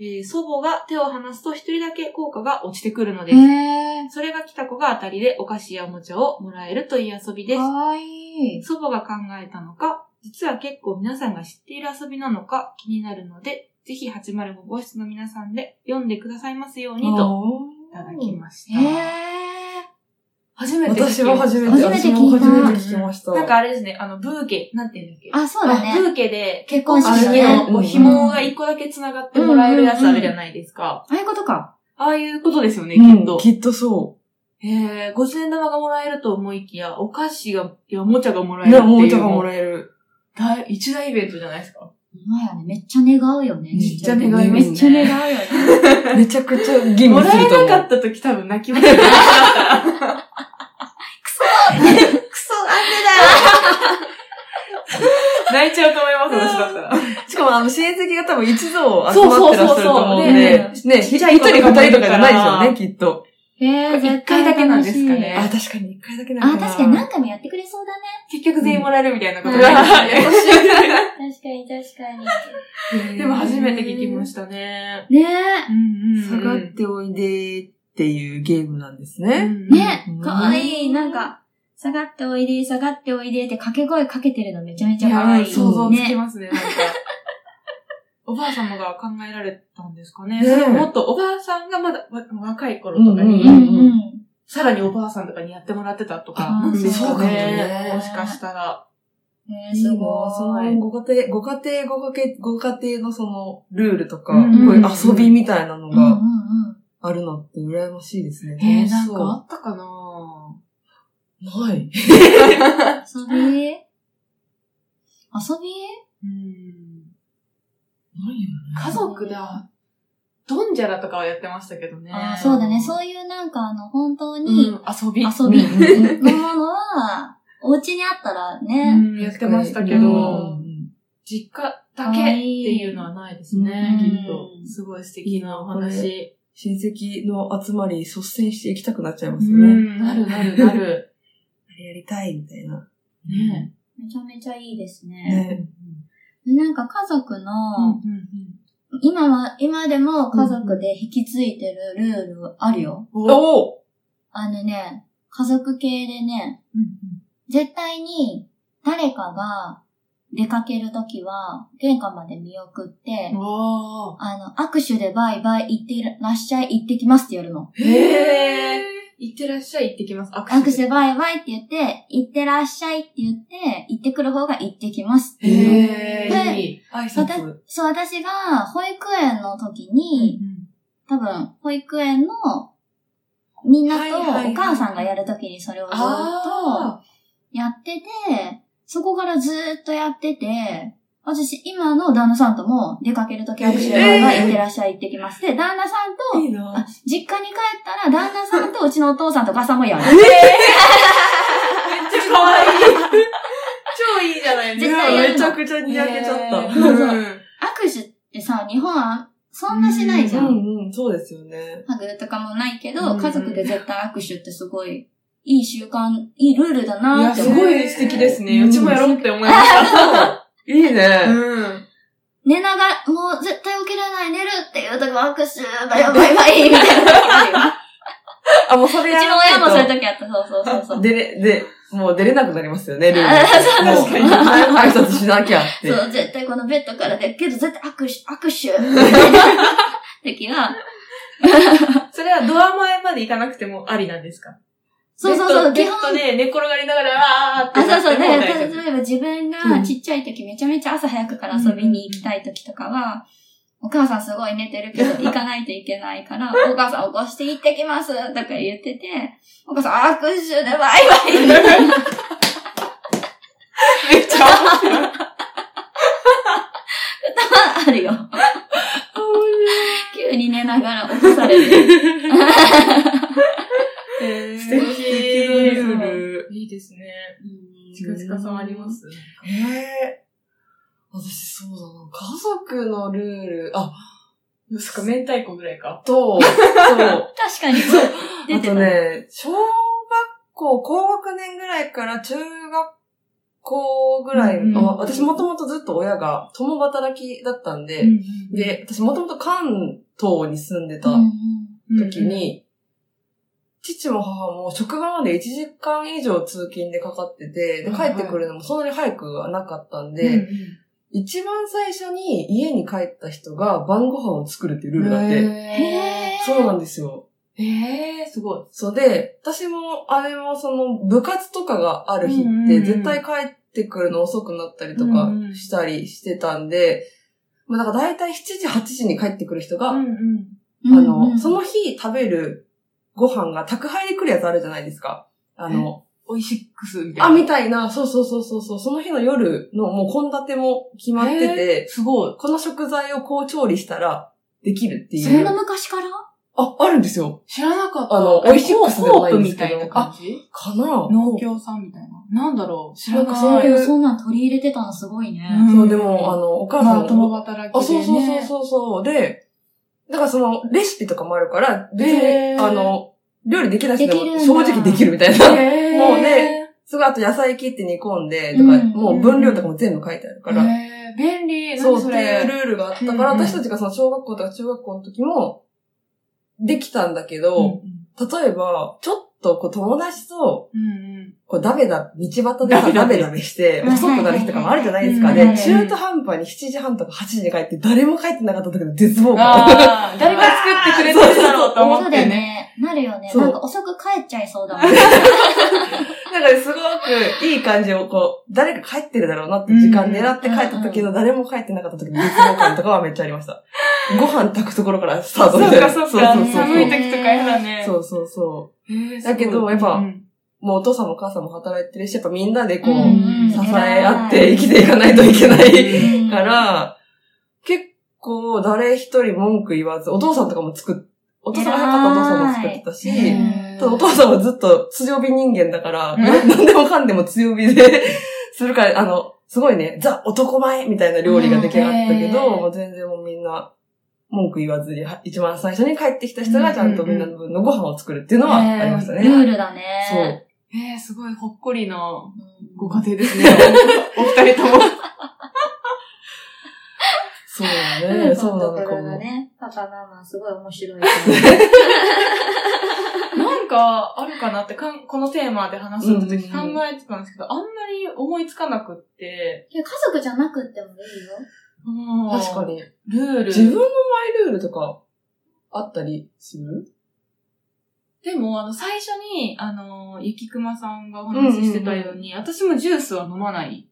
Speaker 3: えー祖母が手を離すと一人だけ効果が落ちてくるのです。
Speaker 2: え
Speaker 3: それが来た子が当たりでお菓子やおもちゃをもらえるという遊び
Speaker 2: ー、
Speaker 3: で
Speaker 2: か
Speaker 3: す。
Speaker 2: わいい。
Speaker 3: 祖母が考えたのか、実は結構皆さんが知っている遊びなのか気になるので、ぜひ805号室の皆さんで読んでくださいますようにといただきまし
Speaker 2: え
Speaker 3: た。初めて聞きまし
Speaker 1: 私
Speaker 3: た
Speaker 1: は初めて、
Speaker 2: 初めて聞いた
Speaker 1: 私も初めて聞きました。
Speaker 3: なんかあれですね、あの、ブーケ、なんていうんだっけ
Speaker 2: ー、あ、そうだ
Speaker 3: ブ
Speaker 2: ね。
Speaker 3: ーケで
Speaker 2: 結婚
Speaker 3: あ
Speaker 2: 式
Speaker 3: れ
Speaker 2: だ
Speaker 3: ね
Speaker 2: ね。
Speaker 3: お紐が一個だけ繋がってもらえるやつあるじゃないですか。
Speaker 2: ああいうことか。
Speaker 3: ああいうことですよね、き
Speaker 1: う
Speaker 3: っ
Speaker 1: ん、
Speaker 3: と。
Speaker 1: きっとそ
Speaker 3: えー、50円玉がもらえると思いきや、お菓子が、いや、おもちゃがもら
Speaker 1: う。
Speaker 3: える
Speaker 1: ね、
Speaker 3: っ
Speaker 1: お
Speaker 3: ていう。
Speaker 1: もちゃがもらえる。
Speaker 3: 大、一大イベントじゃないですか。
Speaker 2: まやね、めっちゃ願うよね。
Speaker 1: めっちゃ願いますね
Speaker 2: めっちゃ願う よね。
Speaker 1: めちゃくちゃ吟
Speaker 3: も
Speaker 1: 味
Speaker 3: ら
Speaker 1: する
Speaker 3: え
Speaker 1: と思
Speaker 3: な
Speaker 1: う。
Speaker 3: かった時多分泣きますよね。
Speaker 2: クソ、なんでだよ。
Speaker 3: 泣泣いちゃうと思い ます、私だったら。
Speaker 1: しかもあの親戚が多分一同集まってらっしゃると思うんで
Speaker 2: そうそう、
Speaker 1: ね、
Speaker 3: ち
Speaker 1: 一
Speaker 3: っちゃい
Speaker 1: 人二
Speaker 3: 子
Speaker 1: 人
Speaker 3: 供もいる
Speaker 1: と
Speaker 3: か
Speaker 1: からじゃないですよね、きっと。
Speaker 2: えー、
Speaker 3: 一回だけなんですかね
Speaker 1: あ、確かに一回だけな
Speaker 2: あ
Speaker 1: の
Speaker 2: ー、
Speaker 1: かな。
Speaker 2: 確かに何回もやってくれそうだね。
Speaker 3: 結局全員もらえるみたいなこと
Speaker 2: うん
Speaker 3: があ
Speaker 1: あ
Speaker 3: り
Speaker 1: 優
Speaker 3: ま
Speaker 1: しい。
Speaker 2: 確かに確かに。
Speaker 3: す。でも初めて聞きましたね。
Speaker 2: ね
Speaker 3: うんうんうん。
Speaker 1: 下がっておいでーっていうゲームなんですね。
Speaker 2: え。
Speaker 3: ね
Speaker 2: ねえ。かわいい。なんか、下がっておいで、下がっておいでって掛け声かけてるのめちゃめちゃ可愛い。
Speaker 3: いや想像つき
Speaker 2: ね。
Speaker 3: ますね、なんか。おばあ様が考えられたんですかね。
Speaker 1: ね
Speaker 3: それももっとおばあさんがまだわ若い頃とか
Speaker 1: う
Speaker 2: う
Speaker 3: に、
Speaker 2: ん
Speaker 1: う
Speaker 3: さらにおばあさんとかにやってもらってたとか
Speaker 2: あ、ー
Speaker 3: です
Speaker 2: そうか
Speaker 3: か
Speaker 2: も
Speaker 3: ね
Speaker 1: ね。
Speaker 3: もしかしたら。
Speaker 2: うん。ね
Speaker 1: いい
Speaker 2: す
Speaker 1: な
Speaker 2: ごい。
Speaker 1: そのご家庭、ご家庭、ご家庭、ご家庭のそのルールとか、
Speaker 3: うん
Speaker 2: うん
Speaker 1: こういう遊びみたいなの
Speaker 2: うんうんうん
Speaker 1: が。あるのって羨ましいですね。
Speaker 3: え
Speaker 1: 楽
Speaker 3: ー、な
Speaker 1: し
Speaker 3: ん
Speaker 1: そう
Speaker 3: かあったかな
Speaker 1: ない。
Speaker 2: 遊び遊び
Speaker 3: うん
Speaker 1: ないよね。
Speaker 3: 家族だ。ドンジャラとかはやってましたけどね。
Speaker 1: あー
Speaker 2: そうだね。そういうなんかあの、本当
Speaker 3: うん
Speaker 2: に
Speaker 3: 遊び。
Speaker 2: 遊び
Speaker 1: うんうん
Speaker 2: のものは、お家にあったら
Speaker 3: う
Speaker 2: ね。
Speaker 3: んやってましたけ
Speaker 1: うん
Speaker 3: ど、実家だけっていうのはないですね、
Speaker 2: うん
Speaker 3: きっと。すごい素敵なお
Speaker 1: い
Speaker 3: 話。
Speaker 1: 親戚の集まり率先して行きたくなっちゃいますよ
Speaker 3: う
Speaker 1: ね。
Speaker 3: ん、なるなるなる。
Speaker 1: あれやりたいみたいな。
Speaker 3: ね
Speaker 2: めちゃめちゃいいですね。
Speaker 1: ね
Speaker 2: なんか家族
Speaker 3: うん
Speaker 2: の、
Speaker 3: うん
Speaker 2: 今は、今でも家族で引き継いでるルールあるよ。
Speaker 3: うんお
Speaker 1: おお
Speaker 2: あのね、家族系でね、
Speaker 3: うん
Speaker 2: 絶対に誰かが出かけるときは玄関まで見送って
Speaker 3: うん、わ
Speaker 2: あの、握手でバイバイ行ってらっしゃい行ってきますってやるの。
Speaker 3: ー。へえ。行ってらっしゃい、行ってきます。
Speaker 2: 握
Speaker 3: 握
Speaker 2: 手でバイバイって言って、行ってらっしゃいって言って、行ってくる方が行ってきますっていうの。
Speaker 3: へえ。いい。
Speaker 1: 挨
Speaker 2: わた
Speaker 1: 拶。
Speaker 2: そう、私が保育園の時に、多分、保育園のみんな
Speaker 1: はい
Speaker 2: とお
Speaker 1: はいはい
Speaker 2: 母さんがやるときにそれをずっと
Speaker 3: あ
Speaker 2: やってて、そこからずっとやってて、私、今の旦那さんとも出かけるとき握手会は
Speaker 1: えー
Speaker 2: 行ってらっしゃい行ってきます。で、旦那さんと、
Speaker 1: いいな
Speaker 2: あ実家に帰ったら旦那さんとうちのお父さんとお母さんもやる。
Speaker 3: ーめっちゃ可愛い。超いいじゃないです
Speaker 2: 絶
Speaker 3: か。
Speaker 2: 対やるの
Speaker 1: めちゃくちゃにやけちゃった。
Speaker 2: ーそうそう
Speaker 3: うん
Speaker 2: 握手ってさ、日本はそんなしないじゃ。
Speaker 1: うんんうん、そうですよね。
Speaker 2: ハグとかもないけ
Speaker 3: うんう
Speaker 2: ど、
Speaker 3: ん
Speaker 2: 家族で絶対握手ってすごい、いい習慣、いいルールだ
Speaker 1: い
Speaker 2: な
Speaker 1: や
Speaker 2: って
Speaker 3: す
Speaker 2: 思う。
Speaker 3: ごい素敵ですね。
Speaker 1: うん
Speaker 3: うちもやろうって思いました。
Speaker 1: いいね。
Speaker 3: うん。
Speaker 2: 寝ながら、もう絶対起きれない、寝るっていう時は握手、バイバイバイみたいな時あるよ。
Speaker 1: あ、もうそれ
Speaker 2: うちの親もそういう
Speaker 1: と。
Speaker 2: 時あった。そうそうそうそう。
Speaker 1: 出れ、で、もう出れなくなりますよね、ルール。
Speaker 2: あそう
Speaker 1: もう
Speaker 3: 確かに
Speaker 1: はい挨拶しなきゃって。
Speaker 2: そう、絶対このベッドからで、けど絶対握手、握手 時は、
Speaker 3: それはドア前まで行かなくてもありなんですか
Speaker 2: そうそうそう、
Speaker 3: ベ
Speaker 2: 基
Speaker 3: ッド
Speaker 2: 本、
Speaker 3: ベッドで寝転がりながら、わーって
Speaker 2: あ、そうそう。だから、
Speaker 3: なっても大丈夫
Speaker 2: 例えば自分がちっちゃい時、めちゃめちゃ朝早くから遊びに行きたい時とかは、お母さんすごい寝てるけど、行かないといけないから、お母さん起こして行ってきますとか言ってて、お母さん握手でバイバイ
Speaker 3: めっちゃ面白い。
Speaker 2: あるよ。急に寝ながら起こされる。
Speaker 1: 素敵素敵なルール。
Speaker 3: いいですね。近々さんあります
Speaker 1: ええ私そうだな。家族のルール、あ、
Speaker 3: そっか、明太子ぐらいか。
Speaker 1: と、そう。
Speaker 2: 確かに。出
Speaker 1: あ
Speaker 2: てた
Speaker 1: とね、小学校、高学年ぐらいから中学校ぐらい、
Speaker 3: うん
Speaker 1: あ私もともとずっと親が共働きだったんで、で、私もともと関東に住んでた
Speaker 2: うんうん
Speaker 1: 時に、父も母も職場まで1時間以上通勤でかかってて、で帰ってくるのもそんなに早くはなかったんで、
Speaker 3: うんうん、
Speaker 1: 一番最初に家に帰った人が晩ご飯を作るっていうルールがあって、
Speaker 2: へ
Speaker 3: へ
Speaker 1: そうなんですよ。
Speaker 3: ー。へー、すごい。
Speaker 1: そうで、私も、あれもその部活とかがある日
Speaker 3: うんう
Speaker 1: っ
Speaker 3: んう
Speaker 1: て
Speaker 3: ん
Speaker 1: 絶対帰ってくるの遅くなったりとか
Speaker 3: うんうん
Speaker 1: したりしてたんで、まあだから大体7時、8時に帰ってくる人が、
Speaker 3: うんうん。
Speaker 2: うん
Speaker 1: あ
Speaker 2: うんうん
Speaker 1: の、その日食べるご飯が宅配で来るやつあるじゃないですか。あの、
Speaker 3: オイシックスみたい
Speaker 1: あ、
Speaker 3: な。
Speaker 1: みたいな、そうそうそうそうそう、その日の夜のもう献立も決まってて、
Speaker 3: すごい。
Speaker 1: この食材をこう調理したらできるっていう。
Speaker 2: そんな昔から
Speaker 1: あ、あるんですよ。
Speaker 3: 知らなかった。
Speaker 1: あのオイシックスではないんですけど
Speaker 3: コープみたいな感じ
Speaker 1: かな
Speaker 3: 農協さんみたいな。なんだろう知
Speaker 2: な
Speaker 3: ら
Speaker 2: ん
Speaker 3: な
Speaker 2: か
Speaker 3: い。
Speaker 2: そういう、そんなん取り入れてたのすごいね。
Speaker 3: うん
Speaker 1: そう、でも、あの、お母さ
Speaker 3: ま
Speaker 1: ん
Speaker 3: あ、共働きで、
Speaker 1: あ、
Speaker 3: ね。
Speaker 1: そうそうそうそうそう。で、だからその、レシピとかもあるから、別
Speaker 3: へ
Speaker 1: に、
Speaker 3: ー
Speaker 1: あの、料理できない人でも
Speaker 2: できるん
Speaker 1: 正
Speaker 2: だ
Speaker 1: 直できるみたい
Speaker 3: へ
Speaker 1: な。
Speaker 3: ー
Speaker 1: もうね、すごい、あと野菜切って煮込んで、と
Speaker 2: う
Speaker 1: か、
Speaker 2: ん
Speaker 1: もう分量とかも全部書いてあるから。
Speaker 3: へー便利。
Speaker 1: そ
Speaker 3: 何
Speaker 1: う
Speaker 3: そ
Speaker 1: っていうル
Speaker 3: れ。
Speaker 1: ールがあったから、
Speaker 3: うんうん
Speaker 1: 私たちがその小学校とか中学校の時も、できたんだけ
Speaker 3: うん
Speaker 1: ど、例えば、ちょっとこう友達と、
Speaker 3: うん。
Speaker 1: こうダメだ、道端でさ、
Speaker 3: ダ
Speaker 1: ダ
Speaker 3: メ
Speaker 1: メ
Speaker 3: ダ
Speaker 1: ダメして、
Speaker 2: うん
Speaker 1: 遅くなる日とかもあるじゃないです
Speaker 3: う
Speaker 1: か。
Speaker 3: ん
Speaker 1: で
Speaker 2: うん、
Speaker 1: 中途半端に7時半とか8時に帰って、誰も帰ってなかった時の絶望感。
Speaker 3: ああ、誰が作ってくれてるだろうと思
Speaker 2: そ
Speaker 3: っ
Speaker 2: うだ
Speaker 3: て
Speaker 2: よ
Speaker 3: ね。
Speaker 2: ね。なるよね。
Speaker 1: そう
Speaker 2: なんか遅く帰っちゃいそうだもんね。
Speaker 1: だからすごくいい感じをこう、誰か帰ってるだろうなって時間狙って帰った時の誰も帰ってなかった時の絶望感とかはめっちゃありました。ご飯炊くところからスタート
Speaker 3: そ
Speaker 1: み
Speaker 3: う
Speaker 1: たい
Speaker 3: か
Speaker 1: な。
Speaker 3: そうか。
Speaker 1: そうそうそう
Speaker 3: 寒い時とか嫌だね。
Speaker 1: そうそうそう。
Speaker 3: へー
Speaker 1: だけどやっぱ
Speaker 3: うん
Speaker 1: もうお父さんもお母さんも働いてるし、やっぱみんなでこう、
Speaker 2: うんうん
Speaker 1: 支え合って生きていかないといけない
Speaker 2: うん
Speaker 1: から、結構誰一人文句言わず、お父さんとかも作っ、お父さんが早かったお父さんも作ってたし、
Speaker 3: 偉い
Speaker 1: ただお父さんはずっと強火人間だから、 何でもかんでも強火で するから、あの、すごいね、ザ男前みたいな料理が出来上がったけど、
Speaker 3: うんへー
Speaker 1: もう全然もうみんな文句言わずに、は一番最初に帰ってきた人がちゃんとみんなの分のご飯を作るっていうのはありました
Speaker 2: ル
Speaker 1: ね。
Speaker 2: ールだ
Speaker 1: そう。
Speaker 2: ね。
Speaker 3: えー、すごいほっこりの
Speaker 2: うん
Speaker 3: ご家庭ですね。 お二人とも。
Speaker 1: そうだね、そうな
Speaker 2: だ
Speaker 1: の
Speaker 2: か
Speaker 1: からも。
Speaker 2: ね、パパママすごい 面白い。
Speaker 3: なんか、あるかなってかん、このテーマで話した時考
Speaker 1: うん
Speaker 3: えてたんですけど、あんまり思いつかなくって。
Speaker 2: いや、家族じゃなくってもいいよ。
Speaker 3: うん
Speaker 1: 確か。に。
Speaker 3: ルール。
Speaker 1: 自分のマイルールとか、あったりする
Speaker 3: でも、あの、最初に、あの、ゆきくまさんがお話ししてたように、私もジュースは飲まないん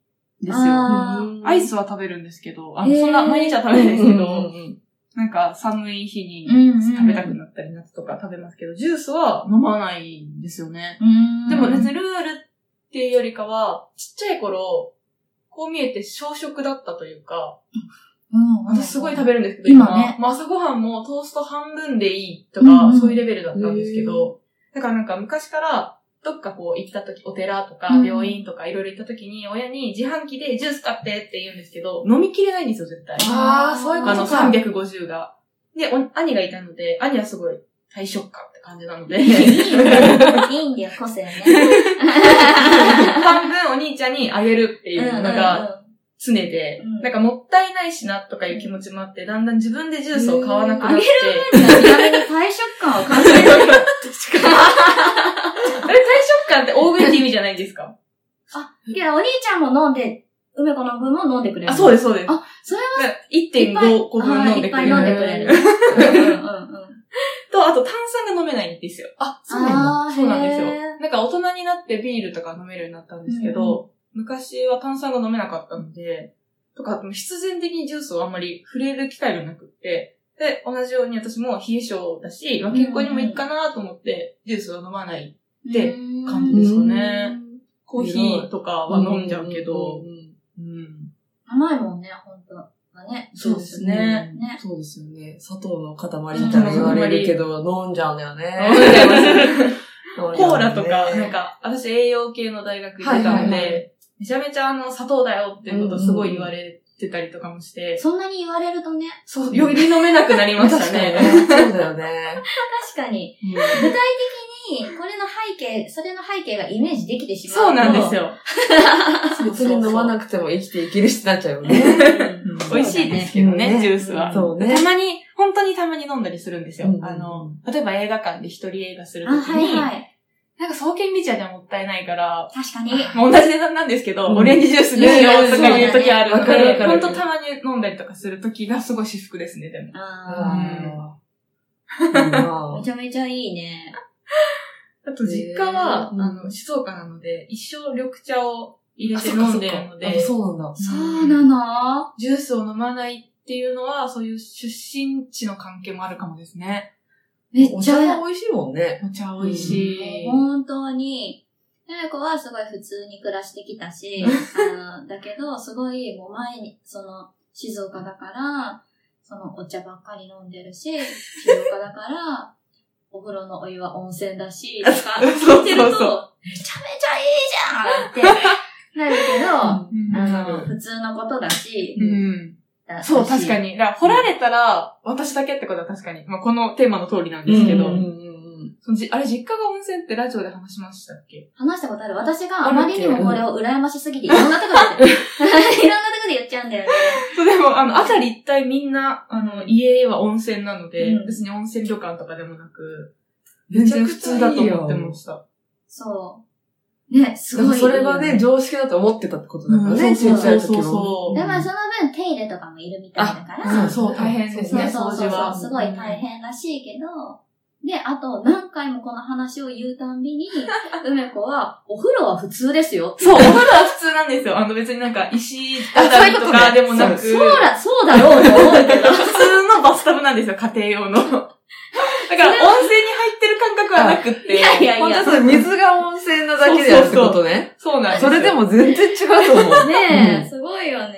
Speaker 3: ですよ。
Speaker 2: あー
Speaker 3: アイスは食べるんですけど、あ
Speaker 2: へ
Speaker 3: の、
Speaker 2: ー
Speaker 3: そんな毎日は食べないんですけど、
Speaker 1: うん
Speaker 3: なんか寒い日に
Speaker 2: うんうんうん
Speaker 3: 食べたくなったり、夏とか食べますけど、ジュースは飲まないんですよね。でも別にルールっていうよりかは、ちっちゃい頃、こう見えて小食だったというか、
Speaker 2: うん、
Speaker 3: 私すごい食べるんですけど、
Speaker 2: 今ね
Speaker 3: まあ朝ごはんもトースト半分でいいとか、
Speaker 2: うんうん
Speaker 3: そういうレベルだったんですけど、だからなんか昔から、どっかこう行った時、お寺とか
Speaker 2: うん
Speaker 3: 病院とかいろいろ行った時に、親に自販機でジュース買ってって言うんですけど、飲みきれないんですよ、絶対。
Speaker 1: ああ、そういうこ
Speaker 3: あの、
Speaker 1: とか。
Speaker 3: 350が。で、お兄がいたので、兄はすごい大食家って感じなので、
Speaker 2: いいんだよ、個性 ね。
Speaker 3: 半分お兄ちゃんにあげるっていうのが常で
Speaker 2: うんうんうん、
Speaker 3: なんかもったいないしなとかいう気持ちもあって、だんだん自分でジュースを買わなくなって、
Speaker 2: ちなみに退職感を感じる。
Speaker 3: あれ大食感って大食いって意味じゃないですか
Speaker 2: いや、お兄ちゃんも飲んで、梅子の分も飲んでくれる。
Speaker 3: あ、そう
Speaker 2: で
Speaker 3: です、そうです。
Speaker 2: あそれ
Speaker 3: は ?1.5個分飲んでく
Speaker 2: いっぱ
Speaker 3: れ
Speaker 2: い飲んで
Speaker 3: る。
Speaker 2: くれる。うんうんうん
Speaker 3: と、あと炭酸が飲めないんですよ。
Speaker 1: あ、そうなんだ。
Speaker 2: あー
Speaker 3: そうなんです
Speaker 2: へー
Speaker 3: よ。なんか大人になってビールとか飲めるようになったんですけど、昔は炭酸が飲めなかったので、とか、必然的にジュースをあんまり触れる機会がなくって、で、同じように私も冷え性だし、まあ、健康にもいいかなと思って、ジュースは飲まないって感じですかね。コーヒーとかは飲んじゃうけ
Speaker 1: ん
Speaker 3: ど、
Speaker 1: ん
Speaker 3: うん。
Speaker 2: 甘いもんね、ほんと。だね。
Speaker 3: そうですね。
Speaker 1: うん
Speaker 2: ね
Speaker 1: そうですよね。砂糖の塊みたいな言われるけど、飲んじゃうんだよ
Speaker 3: 飲んじゃいます
Speaker 1: ね。
Speaker 3: コーラとか、なん
Speaker 1: か。
Speaker 3: か、私栄養系の大学行ってた
Speaker 1: は
Speaker 3: の
Speaker 1: いはい
Speaker 3: で、めちゃめちゃあの、砂糖だよっていうことすごい言われてたりとかもして、
Speaker 2: そんなに言われるとね、
Speaker 3: そう、より飲めなくなりま
Speaker 1: 確か
Speaker 3: した
Speaker 1: にね。。
Speaker 3: ね
Speaker 1: そうだよね。
Speaker 2: 確かに、
Speaker 1: うん
Speaker 2: にこれの背景、それの背景がイメージできてしまう。
Speaker 3: そうなんです。よ。
Speaker 1: 別に飲まなくても生きていけるしってなっちゃうよね。
Speaker 3: 美味しいですけどね、
Speaker 1: ね
Speaker 3: ジュースは。
Speaker 1: そうね
Speaker 3: た。まに、本当にたまに飲んだりするんですよ。
Speaker 1: うん
Speaker 3: あの、例えば映画館で一人映画する
Speaker 2: あ、
Speaker 3: とき
Speaker 2: はい
Speaker 3: に、
Speaker 2: はい。
Speaker 3: なんか創建ビジャーじゃもったいないから、
Speaker 2: 確かに。
Speaker 3: もう同じ値段なんですけど、
Speaker 1: うん
Speaker 3: オレンジジュースにしようとかいう時ある
Speaker 1: う
Speaker 3: の
Speaker 1: ん
Speaker 3: で、
Speaker 1: そうだね
Speaker 3: 本当たまに飲んだりとかするときがすごい至福ですね、でも。
Speaker 2: あ
Speaker 1: あーいいな
Speaker 2: ーめちゃめちゃいいね。
Speaker 3: あと実家は、
Speaker 1: へー
Speaker 3: あの、静岡なので、一生緑茶を入れ
Speaker 1: あ
Speaker 3: て
Speaker 1: そっ
Speaker 3: 飲
Speaker 1: かそ
Speaker 3: ん
Speaker 1: っ
Speaker 3: でる
Speaker 1: か
Speaker 3: の
Speaker 1: あ
Speaker 3: で、
Speaker 1: そうなんだ。
Speaker 2: そうなの
Speaker 3: ジュースを飲まないっていうのは、そういう出身地の関係もあるかもですね。
Speaker 2: めっ
Speaker 1: お
Speaker 2: ち
Speaker 1: 茶が
Speaker 2: ゃ、
Speaker 1: 美味しいもんね。
Speaker 3: お茶美味しい。
Speaker 2: 本当に、なやこはすごい普通に暮らしてきた し、あの、だけど、すごいもう前に、その、静岡だから、そのお茶ばっかり飲んでるし、清岡だから、お風呂のお湯は温泉だ し、とか、聞いてると、
Speaker 1: そうそうそ
Speaker 2: めちゃめちゃいいじゃんってなるけど、あ
Speaker 3: う
Speaker 2: の、
Speaker 3: ん
Speaker 2: 普通のことだし、
Speaker 3: うん。
Speaker 2: だし
Speaker 3: そう、確か。に。だから、掘られたら、私だけってことは確かに。まあ、このテーマの通りなんですけど。
Speaker 1: うんうん
Speaker 3: そのじあれ、実家が温泉ってラジオで話しましたっけ
Speaker 2: 話したことある。私があまりにもこれを羨ましすぎて、いろんなとこで、 いろんなとこで言っちゃうんだよね。
Speaker 3: そう、でも、あの、あたり一体みんな、あの、家は温泉なので、
Speaker 2: うん
Speaker 3: 別に温泉旅館とかでもなく、
Speaker 1: 全
Speaker 3: 全
Speaker 1: 然
Speaker 3: 然普
Speaker 1: 普
Speaker 3: 通
Speaker 1: 通
Speaker 3: だ
Speaker 1: だ
Speaker 3: と
Speaker 1: と
Speaker 3: 思
Speaker 1: 思
Speaker 3: っ
Speaker 1: ってて
Speaker 3: ま
Speaker 1: ま
Speaker 3: した。
Speaker 2: そう。ね、すごい。
Speaker 1: それがね、、常識だと思ってたってことだから
Speaker 3: う
Speaker 1: ね、
Speaker 3: んそう
Speaker 1: 小
Speaker 3: そ
Speaker 1: さ
Speaker 3: う
Speaker 1: い
Speaker 3: そう
Speaker 1: 時
Speaker 3: そ
Speaker 1: も
Speaker 3: う
Speaker 2: だからその分手入れとかもいるみたいだから、
Speaker 1: あ
Speaker 3: そうそう、大変ですね、
Speaker 2: そう
Speaker 3: 掃
Speaker 2: そう
Speaker 3: 除
Speaker 2: そう、
Speaker 3: は。
Speaker 2: すごい大変らしいけど、で、あと何回もこの話を言うたんびに、梅子は、お風呂は普通ですよって
Speaker 3: そう、お風呂は普通なんですよ。あの別になんか石だったりと
Speaker 1: あ
Speaker 3: か
Speaker 1: そう
Speaker 3: で
Speaker 1: いう
Speaker 3: も
Speaker 1: ことね
Speaker 3: なく、
Speaker 2: そうだ、そうだろうと思うけ ど、
Speaker 3: 普通のバスタブなんですよ、家庭用の。だから温泉に入ってる感覚はなくって。
Speaker 2: いやいやいや
Speaker 1: 本当はそれ水が温泉なだけであるってことね。
Speaker 3: そうなんです
Speaker 1: そ
Speaker 3: よ。
Speaker 1: れでも全然違うと 思う。
Speaker 2: ね
Speaker 1: う
Speaker 2: え、すごいよね。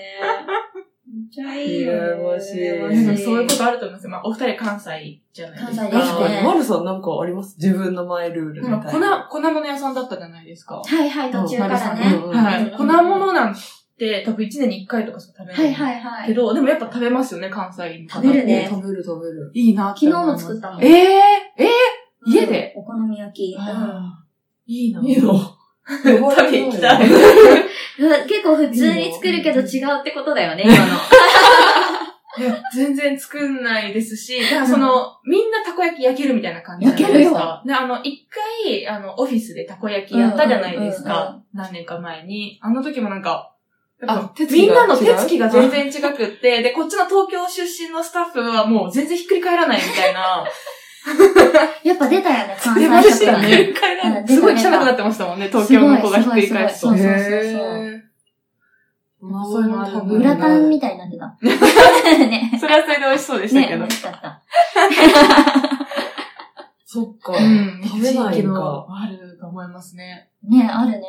Speaker 2: めっちゃいいよ、ね。
Speaker 1: 羨ましい
Speaker 2: 羨
Speaker 3: でも
Speaker 2: まし
Speaker 3: そういうことあると思いますよ。まあ、お二人関西じゃないです
Speaker 2: 関
Speaker 3: か。
Speaker 2: 西です
Speaker 1: 確か
Speaker 2: ね
Speaker 1: に。マルさんなんかあります自分のマイルールみたい
Speaker 3: なん
Speaker 1: な。
Speaker 3: か粉、粉物屋さんだったじゃないですか。
Speaker 2: はいはい、途中からね。
Speaker 1: うん
Speaker 3: は
Speaker 2: う
Speaker 3: い。
Speaker 2: ん
Speaker 3: 粉物なんて多分1年に1回とかしか食べな。
Speaker 2: はいいはいは
Speaker 3: け
Speaker 2: い。
Speaker 3: ど、でもやっぱ食べますよね、関西の方
Speaker 2: 食べるね
Speaker 1: 食べる食べる。
Speaker 3: いいなっ
Speaker 2: 昨
Speaker 3: て
Speaker 2: 日
Speaker 3: 思い
Speaker 2: も
Speaker 3: ます。
Speaker 2: 作ったもん。
Speaker 3: ええええ家で
Speaker 2: うんお好み焼き。うん
Speaker 3: いいない
Speaker 1: いの。
Speaker 3: 食べ行きたい。
Speaker 2: うん結構普通に作るけど違うってことだよね、今の。
Speaker 3: いや全然作んないですし、だからその、みんなたこ焼き焼けるみたいな感じじゃないですか。で、あの、一回、あの、オフィスでたこ焼きやったじゃないです
Speaker 2: うんうん
Speaker 3: か。何年か前に。あの時もなんか、やっぱ
Speaker 1: あ手つ
Speaker 3: み
Speaker 1: き
Speaker 3: ん
Speaker 1: が
Speaker 3: なの手つきが全然違く って、で、こっちの東京出身のスタッフはもう全然ひっくり返らないみたい な。
Speaker 2: やっぱ出たよ ね、関
Speaker 3: 出ま
Speaker 2: 西
Speaker 3: し
Speaker 2: 色
Speaker 3: た
Speaker 2: が
Speaker 3: ね。ひっくり返らな
Speaker 2: う
Speaker 3: い。
Speaker 2: ん
Speaker 3: すごい汚くなってましたもんね、東京の子がひっくり返す
Speaker 2: そ
Speaker 3: と
Speaker 2: う。そうそうそう
Speaker 1: へー
Speaker 3: そういうの食べる
Speaker 2: グラタンみたいになって た。ね。
Speaker 3: それはそれで美味しそうでした
Speaker 2: ね、
Speaker 3: け
Speaker 2: 美
Speaker 3: ど。
Speaker 2: 味しかった。
Speaker 1: そっか。
Speaker 3: うん。
Speaker 1: 食べない
Speaker 3: 地域
Speaker 1: ん
Speaker 3: の
Speaker 1: か。
Speaker 3: あると思いますね。
Speaker 2: ね、あるね。